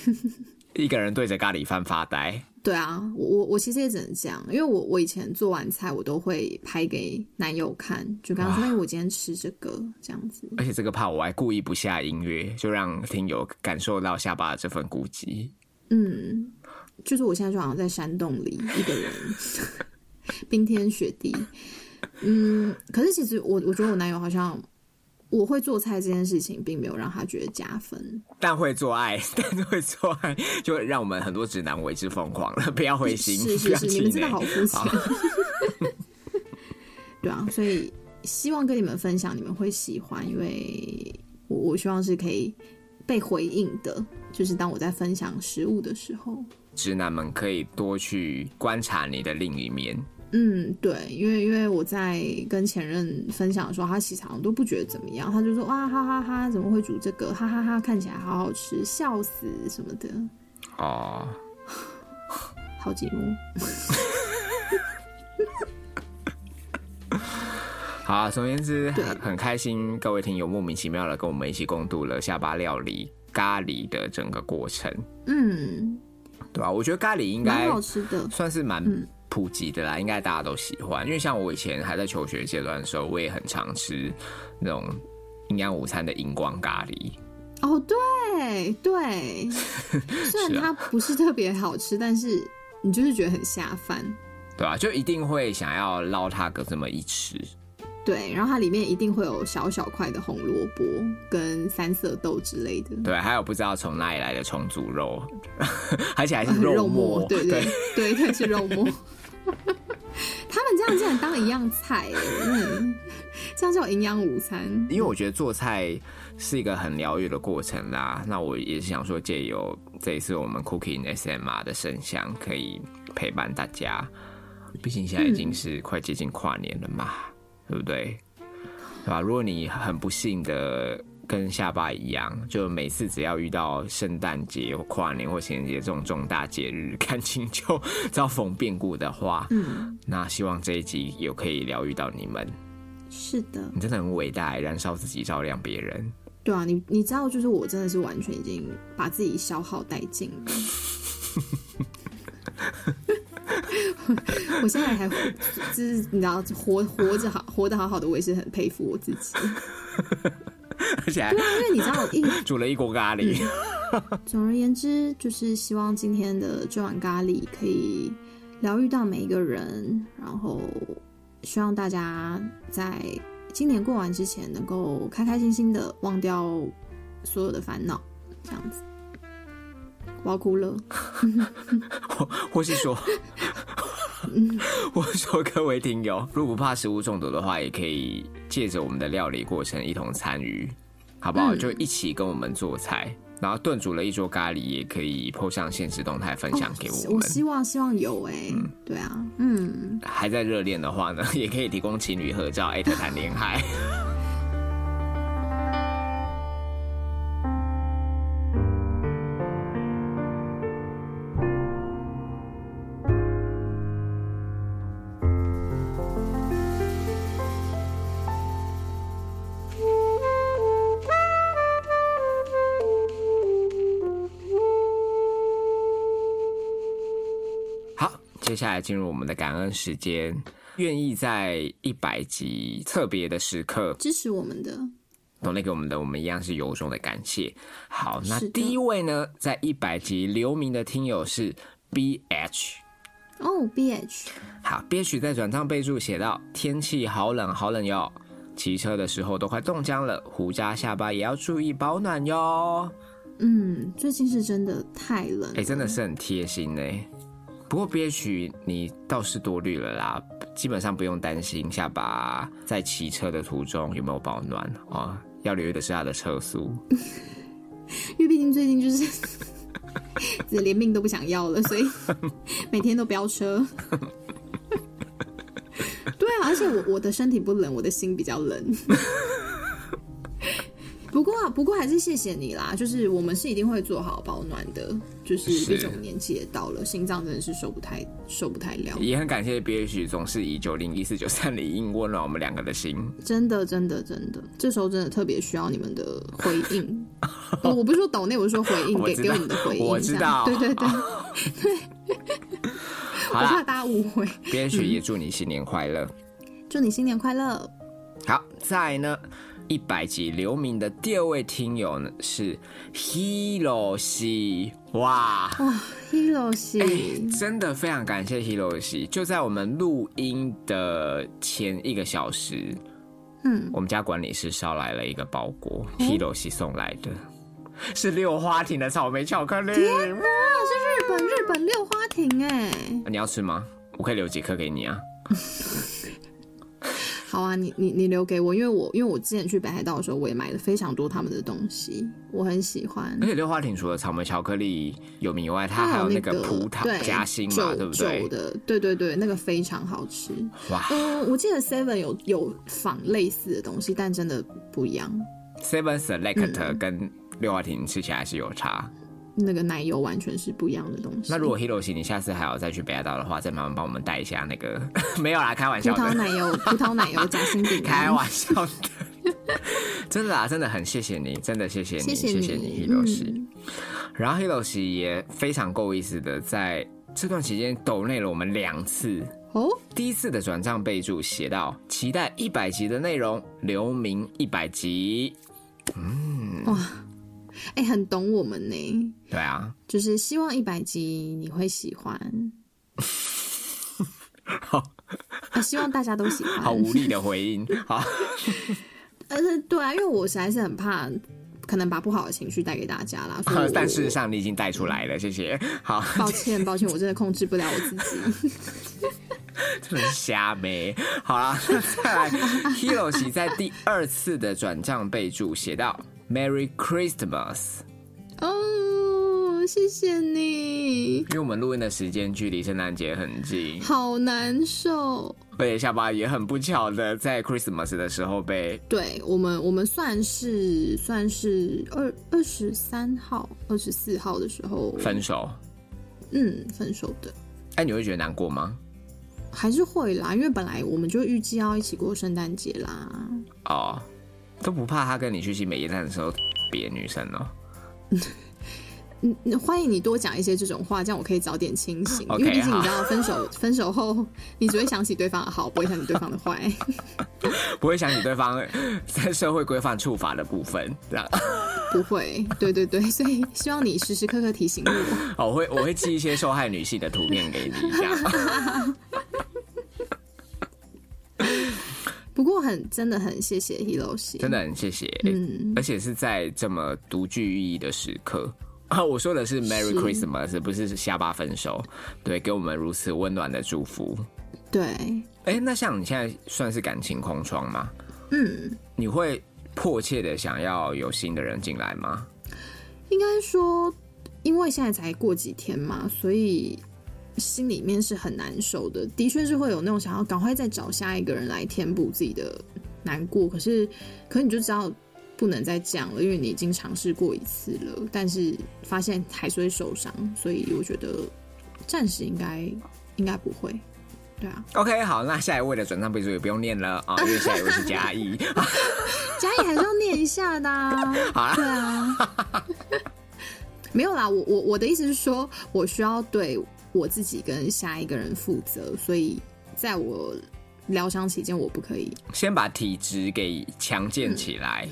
S1: 一个人对着咖喱饭发呆。
S2: 对啊，我我我其实也只能这样，因为我我以前做完菜，我都会拍给男友看，就跟他说：“哎，我今天吃这个这样子。
S1: 而且这个怕我还故意不下音乐，就让听友感受到下巴的这份孤寂。”
S2: 嗯，就是我现在就好像在山洞里一个人， 冰天雪地。嗯，可是其实我我觉得我男友好像我会做菜这件事情，并没有让他觉得加分。
S1: 但会做爱， 但是会做爱，就会让我们很多直男为之疯狂了。 不要灰心，
S2: 是
S1: 不
S2: 是
S1: 要
S2: 是，
S1: 气馁。
S2: 你们真的好肤浅。 对啊，所以希望跟你们分享，你们会喜欢，因为我我希望是可以被回应的，就是当我在分享食物的时候，
S1: 直男们可以多去观察你的另一面。
S2: 嗯，对，因为因为我在跟前任分享的时候，他其实好像都不觉得怎么样，他就说哇哈哈哈，怎么会煮这个，哈哈哈，看起来好好吃，笑死什么的，
S1: 哦，
S2: 好寂寞。
S1: 好啊、总而言之，
S2: 对
S1: 很很开心各位听友莫名其妙的跟我们一起共度了下巴料理咖喱的整个过程，
S2: 嗯，
S1: 对吧、我觉得咖喱应
S2: 蛮
S1: 该
S2: 好吃的，
S1: 算是蛮
S2: 嗯
S1: 普及的啦，应该大家都喜欢。因为像我以前还在求学阶段的时候，我也很常吃那种营养午餐的荧光咖喱。
S2: 哦，对 对，虽然
S1: 是啊
S2: 它不是特别好吃，但是你就是觉得很下饭。
S1: 对吧、就一定会想要捞它个这么一吃，
S2: 对，然后它里面一定会有小小块的红萝卜跟三色豆之类的，
S1: 对，还有不知道从哪里来的重组肉， 而且还是
S2: 呃
S1: 肉
S2: 末，对
S1: 对
S2: 对 对，对 是肉末。他们这样竟然当一样菜、嗯，这样叫营养午餐。
S1: 因为我觉得做菜是一个很疗愈的过程啦。那我也是想说，借由这一次我们 Cooking SMR 的声响，可以陪伴大家。毕竟现在已经是快接近跨年了嘛，对不对？对吧？如果你很不幸的跟下巴一样，就每次只要遇到圣诞节、或跨年或情人节这种重大节日，感情就 遭逢变故的话，
S2: 嗯，
S1: 那希望这一集有可以疗愈到你们。
S2: 是的，
S1: 你真的很伟大，燃烧自己照亮别人。
S2: 对啊，你你知道，就是我真的是完全已经把自己消耗殆尽了。我现在还就是你知道活活着好活得好好的，我也是很佩服我自己。
S1: 而且还
S2: 对啊，因为你知道，一
S1: 煮了一锅咖喱，
S2: 总而言之，就是希望今天的这碗咖喱可以疗愈到每一个人，然后希望大家在今年过完之前能够开开心心的忘掉所有的烦恼，这样子。我要哭了，嗯
S1: 或或是说， 或是说各位听友，如果不怕食物中毒的话，也可以借着我们的料理过程一同参与，好不好？
S2: 嗯
S1: 就一起跟我们做菜，然后炖煮了一桌咖喱，也可以 po 上现实动态分享给我
S2: 哦我
S1: 们。
S2: 希望希望有哎、对啊，嗯，
S1: 还在热恋的话呢， 也可以提供情侣合照，艾特谈恋 爱。好，接下来进入我们的感恩时间。愿意在一百集特别的时刻
S2: 支持我们的，
S1: 懂内给我们的，我们一样是由衷的感谢。好，那
S2: 是的
S1: 第一位呢，在一百集留名的听友是 B H。
S2: 哦，B H，
S1: 好，B H 在转账备注写到：天气好冷，好冷哟！骑车的时候都快冻僵了，胡渣下巴也要注意保暖哟。
S2: 嗯，最近是真的太冷了，
S1: 哎、真的是很贴心呢、不过 B H 你倒是多虑了啦，基本上不用担心下巴在骑车的途中有没有保暖哦，要留意的是它的车速。
S2: 因为毕竟最近就是 自己连命都不想要了，所以每天都飙车。对啊，而且我我的身体不冷，我的心比较冷。不过啊，不过还是谢谢你啦，就是我们是一定会做好保暖的，就是
S1: 是
S2: 毕竟我们年纪也到了，心脏真的是受不太受不太了，
S1: 也很感谢 B H 总是以九零一四九三零应温暖我们两个的心。
S2: 真的真的真的，这时候真的特别需要你们的回 应。我我不是说抖内，我是说回应
S1: 我
S2: 给
S1: 知
S2: 给
S1: 道
S2: 我们的回应，
S1: 我知
S2: 这样
S1: 道
S2: 对对对，
S1: 好
S2: 我怕
S1: 啦
S2: 大家误会。
S1: ，B H 也祝你新年快乐。
S2: 祝你新年快乐！
S1: 好，再来呢，一百集留名的第二位听友呢是 Hiroshi，哇！
S2: 哇，Hero
S1: 哎、
S2: 喜，
S1: 真的非常感谢 Hiroshi，就在我们录音的前一个小时，
S2: 嗯，
S1: 我们家管理室捎来了一个包裹、h i r o s h i 送来的，是六花亭的草莓巧克力。
S2: 啊，是日本日本六花亭哎，
S1: 你要吃吗？我可以留几颗给你啊。
S2: 好啊，你你你留给我，因为我因为我之前去北海道的时候，我也买了非常多他们的东西，我很喜欢
S1: 而。且六花亭除了草莓巧克力有名以外，它还有那
S2: 那
S1: 个葡萄
S2: 对
S1: 夹心嘛，
S2: 酒
S1: 对不
S2: 酒
S1: 对？
S2: 的，对对对，那个非常好吃。
S1: 哇
S2: 嗯，我记得 Seven 有有仿类似的东西，但真的不一样，
S1: ，Seven
S2: 嗯
S1: Select 跟六花亭吃起来是有差。
S2: 那个奶油完全是不一样的东西。
S1: 那如果 Hiroshi 你下次还要再去北海道的话，再麻烦帮我们带一下那个 没有啦，开玩
S2: 葡
S1: 笑
S2: 萄
S1: 的，
S2: 奶油葡萄奶油夹心饼啊
S1: 开
S2: 干，
S1: 玩笑的。 真的啊啦，真的很谢谢你，真的谢谢你，
S2: 谢
S1: 谢
S2: 你，
S1: 你
S2: 嗯
S1: Hiroshi。然后 Hiroshi 也非常够意思的，在这段期间抖内了我们两次，
S2: 哦，
S1: 第一次的转账备注写到：期待一百集的内容，留名一百集。
S2: 哎、很懂我们呢。
S1: 对啊，
S2: 就是希望一百集你会喜欢。
S1: 好
S2: 啊，希望大家都喜欢。
S1: 好无力的回应。好，
S2: 但是对啊，因为我实在是很怕，可能把不好的情绪带给大家啦。所以我
S1: 啊但事实上你已经带出来了，谢谢。好，
S2: 抱歉，抱歉，我真的控制不了我自己。
S1: 真的瞎没。好啦，那再来，Hiroshi 在第二次的转账备注写到 “Merry Christmas”，
S2: 哦，谢谢你，
S1: 因为我们录音的时间距离圣诞节很近，
S2: 好难受。
S1: 而且下巴也很不巧的在 Christmas 的时候被
S2: 对我们，我们算是算是二二十三号、二十四号的时候，
S1: 分手。
S2: 嗯分手的，
S1: 哎、你会觉得难过吗？
S2: 还是会啦，因为本来我们就预计要一起过圣诞节啦。
S1: 哦，都不怕他跟你去新北夜站的时候别的女生哦。
S2: 嗯，欢迎你多讲一些这种话，这样我可以早点清醒。
S1: OK，
S2: 因为毕竟
S1: 好
S2: 你知道，分 手分手后，你只会想起对方的好，不会想起对方的坏。
S1: 不会想起对方在社会规范处罚的部分，这 样。
S2: 不会，对对对，所以希望你时时刻刻提醒我。
S1: 哦我会我会寄一些受害女性的图片给你，这 样。
S2: 不过很真的很谢谢 Hiroshi，
S1: 真的很谢谢，
S2: 嗯
S1: 而且是在这么独具意义的时刻。啊，我说的是 Merry
S2: 是
S1: Christmas，不是下巴分手。对，给我们如此温暖的祝福。
S2: 对，
S1: 哎、那像你现在算是感情空窗吗？
S2: 嗯，
S1: 你会迫切的想要有新的人进来吗？
S2: 应该说，因为现在才过几天嘛，所以心里面是很难受的。的确是会有那种想要赶快再找下一个人来填补自己的难过，可是，可你就知道不能再这样了，因为你已经尝试过一次了，但是发现还是会受伤，所以我觉得暂时应该应该不会。对啊，
S1: OK，好，那下一位的转账备注也不用念了啊，因为下一位是嘉义。
S2: 嘉义还是要念一下的、啊。
S1: 好啦
S2: 对啊，没有啦，我我我的意思是说，我需要对我自己跟下一个人负责，所以在我疗伤期间，我不可以。
S1: 先把体质给强健起来。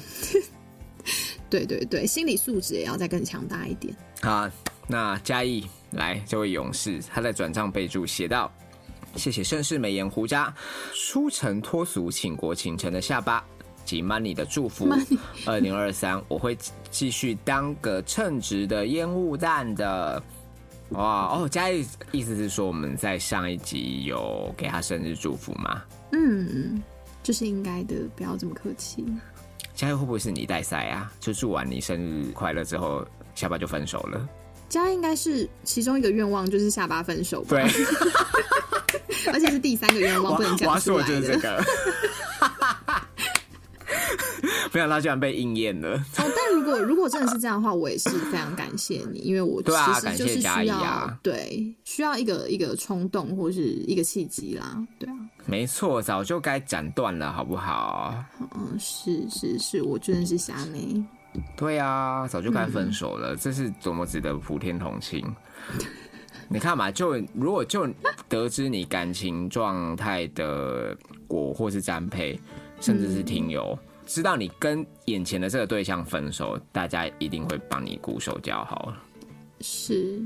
S2: 对对对，心理素质也要再更强大一点。
S1: 好，那嘉义来这位勇士，他在转账备注写道：“谢谢盛世美颜胡渣，舒城脱俗倾国倾城的下巴。”及 Money 的祝福，二零二三我会继续当个称职的烟雾弹的。哇哦，嘉义意思是说我们在上一集有给他生日祝福吗？
S2: 嗯，这是应该的，不要这么客气。
S1: 嘉义会不会是你带赛啊？就祝完你生日快乐之后，下巴就分手了？
S2: 家应该是其中一个愿望，就是下巴分手吧，
S1: 对，
S2: 而且是第三个愿望，
S1: 我
S2: 不能
S1: 我
S2: 讲
S1: 要
S2: 出
S1: 说的
S2: 来
S1: 就是
S2: 的
S1: 这。个。 没想到居然被应验了，
S2: 哦，但如果如果真的是这样的话，我也是非常感谢你，因为我其
S1: 对啊
S2: 实就是
S1: 感谢嘉
S2: 需
S1: 怡
S2: 要、
S1: 啊
S2: 对需要一个一个冲动或是一个契机啦，对啊，
S1: 没错，早就该斩断了，好不好？
S2: 嗯，是是是，我真的是瞎妹，
S1: 对啊，早就该分手了，这是多么值得普天同庆。 你看嘛，就如果就得知你感情状态的果或是占配，甚至是听友，知道你跟眼前的这个对象分手，大家一定会帮你鼓手叫好。
S2: 是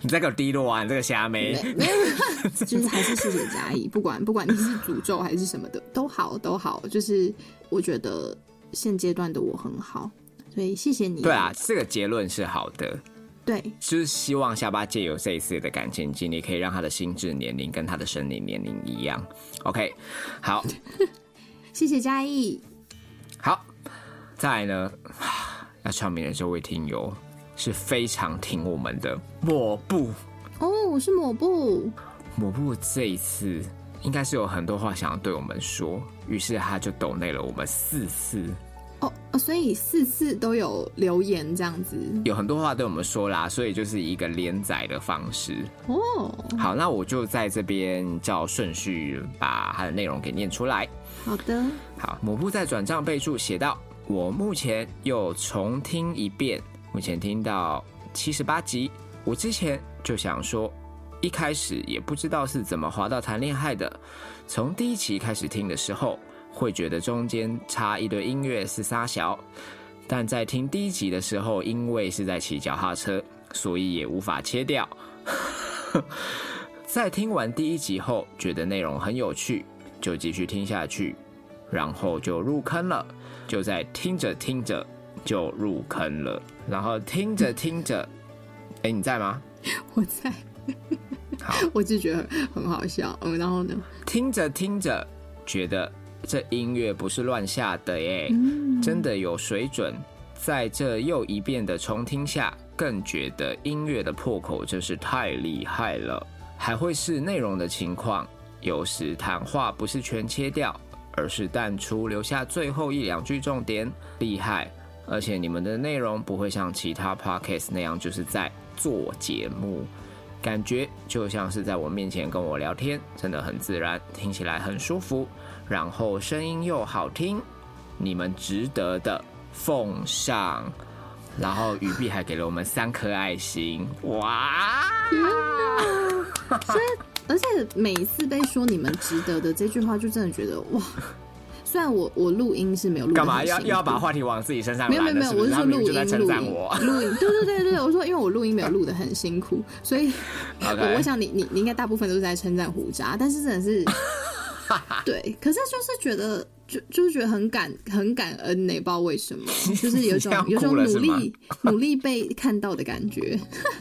S1: 你这个低落啊，你这个虾妹，
S2: 没没有， 就是还是谢谢嘉怡，不管不管你是诅咒还是什么的，都好都好，就是我觉得现阶段的我很好，所以谢谢你，
S1: 对啊，，这个结论是好的，
S2: 对，
S1: 就是希望下巴借由这一次的感情经历，可以让他的心智年龄跟他的生理年龄一样。OK，好，
S2: 谢谢嘉怡，
S1: 好，再来呢， 那唱名的这位听友是非常听我们的抹布，
S2: 哦，是抹布，
S1: 抹布这一次应该是有很多话想要对我们说，于是他就抖内了我们四次，
S2: 哦哦，所以四次都有留言这样子，
S1: 有很多话对我们说啦，所以就是一个连载的方式。
S2: 哦，
S1: 好，那我就在这边照顺序把它的内容给念出来。
S2: 好的，
S1: 好，抹布在转账备注写到：“我目前又重听一遍，目前听到七十八集。我之前就想说，一开始也不知道是怎么滑到谈恋爱的。从第一期开始听的时候，会觉得中间插一堆音乐是沙小，但在听第一集的时候，因为是在骑脚踏车，所以也无法切掉。 在听完第一集后，觉得内容很有趣，就继续听下去，然后就入坑了。就在听着听着就入坑了，然后听着听着，哎，你在吗？
S2: 我在。
S1: 好，
S2: 我就觉得很好笑。嗯，然后呢？
S1: 听着听着，觉得这音乐不是乱下的耶，
S2: 嗯
S1: 真的有水准。在这又一遍的重听下，更觉得音乐的破口真是太厉害了。还会是内容的情况，有时谈话不是全切掉，而是淡出，留下最后一两句重点，厉害。而且你们的内容不会像其他 podcast 那样，就是在做节目，感觉就像是在我面前跟我聊天，真的很自然，听起来很舒服，然后声音又好听，你们值得的奉上。然后雨碧还给了我们三颗爱心，哇！
S2: 嗯而且每一次被说你们值得的这句话，就真的觉得哇。虽然我我录音是没有录得
S1: 干
S2: 很
S1: 嘛要
S2: 辛
S1: 要
S2: 苦
S1: 把话题往自己身上
S2: 没有没
S1: 揽呢？是不
S2: 有没有，我
S1: 是
S2: 是
S1: 他
S2: 说
S1: 明
S2: 录
S1: 明就
S2: 音
S1: 在称
S2: 录
S1: 赞
S2: 音。
S1: 我
S2: 录音，对对对对对，我说因为我录音没有录的很辛苦，所以
S1: OK
S2: 我我想你你你应该大部分都是在称赞胡渣，但是真 的是，对，可是就是觉得就就是觉得很感很感恩呢、不知道为什么，就是有一
S1: 你这
S2: 种
S1: 样
S2: 有一种
S1: 哭了
S2: 努
S1: 是吗
S2: 力努力被看到的感觉。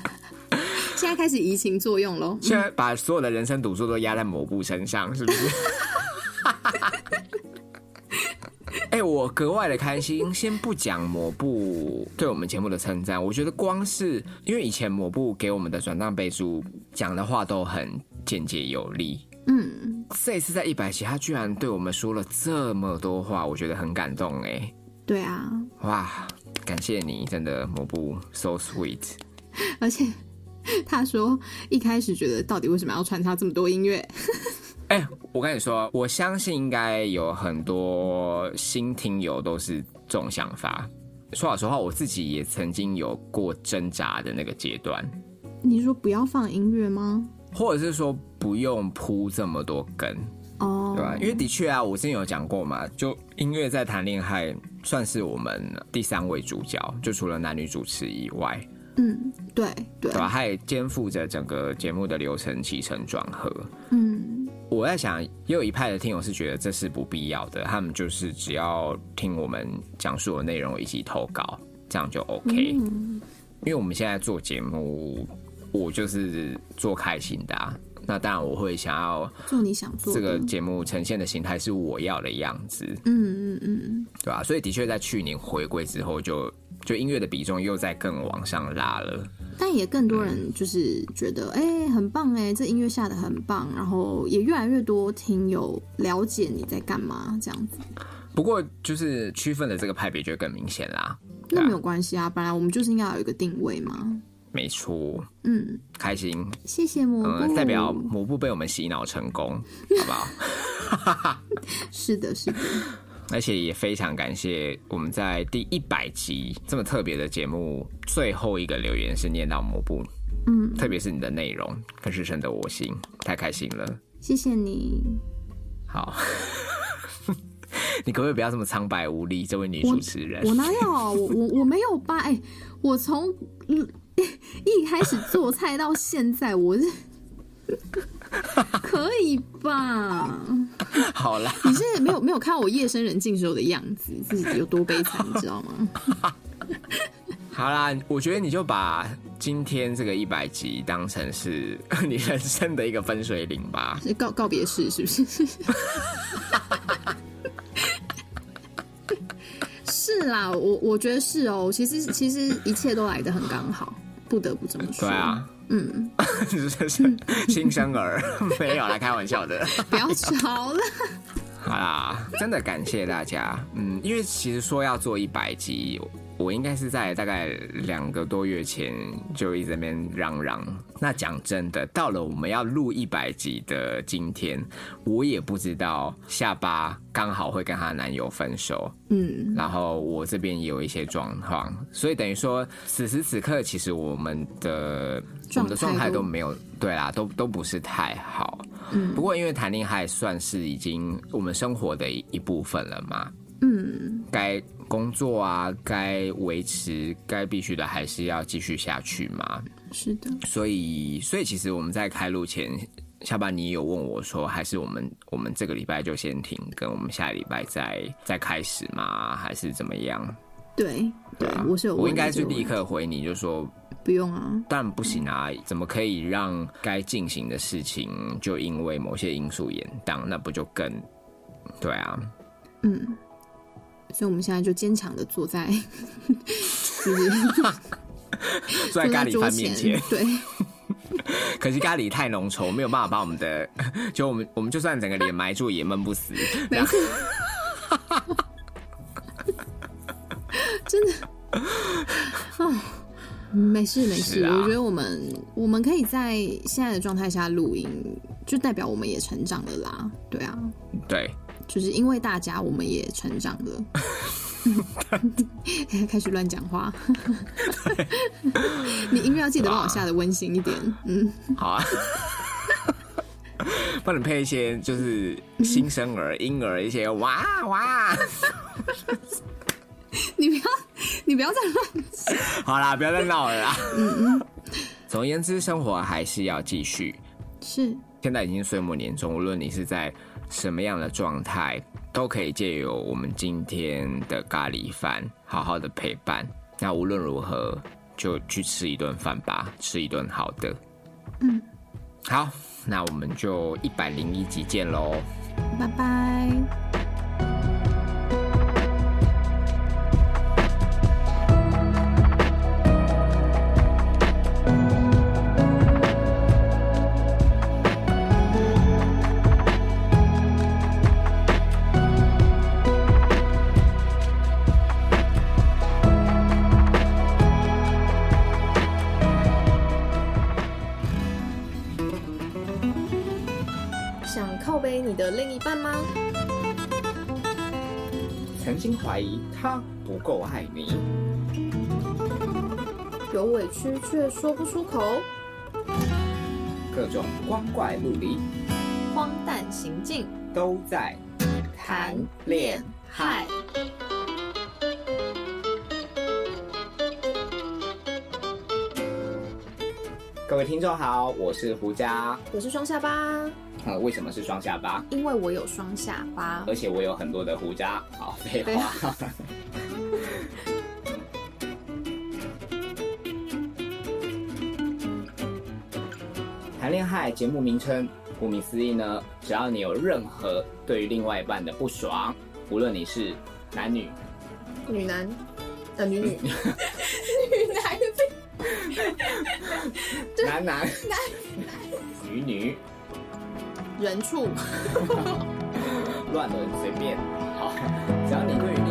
S2: 现在开始移情作用喽，
S1: 现在把所有的人生赌注都压在某部身上，是不 是？哎、我格外的开心。先不讲抹布对我们节目的称赞，我觉得光是因为以前抹布给我们的转账备注讲的话都很简洁有力，
S2: 嗯，
S1: 这一次在一百集，他居然对我们说了这么多话，我觉得很感动哎、
S2: 对啊，
S1: 哇，感谢你，真的抹布 so sweet。
S2: 而且他说一开始觉得到底为什么要穿插这么多音乐，
S1: 哎、我跟你说，我相信应该有很多新听友都是这种想法。说老实话，我自己也曾经有过挣扎的那个阶段，
S2: 你说不要放音乐吗？
S1: 或者是说不用铺这么多根，
S2: 哦、
S1: 对吧？因为的确啊，我之前有讲过嘛，就音乐在谈恋爱算是我们第三位主角，就除了男女主持以外，
S2: 嗯，对对，
S1: 对吧？它也肩负着整个节目的流程起承转合。
S2: 嗯，
S1: 我在想，也有一派的听友是觉得这是不必要的，他们就是只要听我们讲述的内容以及投稿，这样就 OK。因为我们现在做节目，我就是做开心的、啊，那当然我会想要
S2: 做你想做
S1: 这
S2: 的，
S1: 个节目呈现的形态是我要的样子，
S2: 嗯嗯嗯，
S1: 对吧、所以的确在去年回归之后就，就音乐的比重又在更往上拉了。
S2: 但也更多人就是觉得，哎、很棒哎、这音乐下的很棒，然后也越来越多听友了解你在干嘛这样子，
S1: 不过就是区分的这个派别就更明显啦，对
S2: 那
S1: 啊
S2: 没有关系啊，本来我们就是应该有一个定位嘛，
S1: 没错，
S2: 嗯，
S1: 开心，
S2: 谢谢蘑
S1: 嗯、
S2: 菇，
S1: 代表抹布被我们洗脑成功，好不好？
S2: 是的，是的，
S1: 而且也非常感谢我们在第一百集这么特别的节目最后一个留言是念到抹布，
S2: 嗯，
S1: 特别是你的内容更是深得我心，太开心了。
S2: 谢谢你，
S1: 好， 你可不可以不要这么苍白无力，这位女
S2: 我
S1: 主持 人？
S2: 我哪有？我我我没有吧？哎、我从嗯 一开始做菜到现在，我是 可以吧？
S1: 好 啦，
S2: 你是没有没有看到我夜深人静时候的样子，自己有多悲惨，你知道吗？
S1: 好啦，我觉得你就把今天这个一百集当成是 你人生的一个分水岭吧。
S2: 是告告别式是不是？ 是啦，我我觉得是哦。其实其实一切都来得很刚好，不得不这么说。
S1: 对啊，嗯， 就是新生 儿没有啦，开玩笑的。
S2: 不要吵了。
S1: 好啦，真的感谢大家。嗯，因为其实说要做一百集，我应该是在大概两个多月前就一直在那边嚷嚷。那讲真的，到了我们要录一百集的今天，我也不知道下巴刚好会跟她男友分手，
S2: 嗯，
S1: 然后我这边也有一些状况，所以等于说此时此刻，其实我们的我
S2: 状
S1: 们
S2: 态
S1: 的状态
S2: 都
S1: 都没有对啦，都都不是太好。嗯，不过因为谈恋爱算是已经我们生活的一一部分了嘛，嗯，该工作啊，该维持，该必须的还是要继续下去嘛。
S2: 是的。
S1: 所以，所以其实我们在开录前，下班你有问我说，还是我们我们这个礼拜就先停更，我们下礼拜再再开始吗？还是怎么样？
S2: 对对
S1: 啊，
S2: 我是有问
S1: 我应该是
S2: 这个问
S1: 立
S2: 题
S1: 刻回你，就说
S2: 不用啊，
S1: 但不行啊，怎么可以让该进行的事情就因为某些因素延宕？那不就更对啊？
S2: 嗯，所以我们现在就坚强的坐在，就是
S1: 坐在咖喱
S2: 桌
S1: 饭面前
S2: 前，， 对，
S1: 可惜咖喱太浓稠，没有办法把我们的，就我们我们就算整个脸埋住也闷不死。
S2: 没事，真的啊，没事没
S1: 是
S2: 事，
S1: 啊
S2: 我觉得我们我们可以在现在的状态下录音，就代表我们也成长了啦，对啊，
S1: 对，
S2: 就是因为大家，我们也成长了。 开始乱讲话， 你音乐要记得帮
S1: 啊
S2: 我下的温馨一点。嗯，
S1: 好啊， 帮你配一些就是新生儿、婴儿一些哇哇。
S2: 你不要，你不要再乱。
S1: 好啦，不要再闹了啦。
S2: 嗯
S1: 总而言之，生活还是要继续。
S2: 是，
S1: 现在已经岁末年终，无论你是在什么样的状态，都可以借由我们今天的咖喱饭，好好的陪伴。那无论如何，就去吃一顿饭吧，吃一顿好的。
S2: 嗯，
S1: 好，那我们就一百零一集见喽。
S2: 拜拜。想靠背你的另一半吗？
S1: 曾经怀疑他不够爱你，
S2: 有委屈却说不出口，
S1: 各种光怪陆离
S2: 荒诞行径，
S1: 都在
S2: 谈恋爱。
S1: 各位听众好，我是胡佳。
S2: 我是双下巴，
S1: 呃，为什么是双下巴？
S2: 因为我有双下巴。
S1: 而且我有很多的胡渣。好， 废
S2: 废
S1: 话。谈恋爱节目名称，顾名思义呢，只要你有任何对于另外一半的不爽，无论你是男女，
S2: 女男，呃，女女， 女男的被
S1: 男男， 女女，
S2: 人畜。
S1: 乱伦随便，好，只要你对于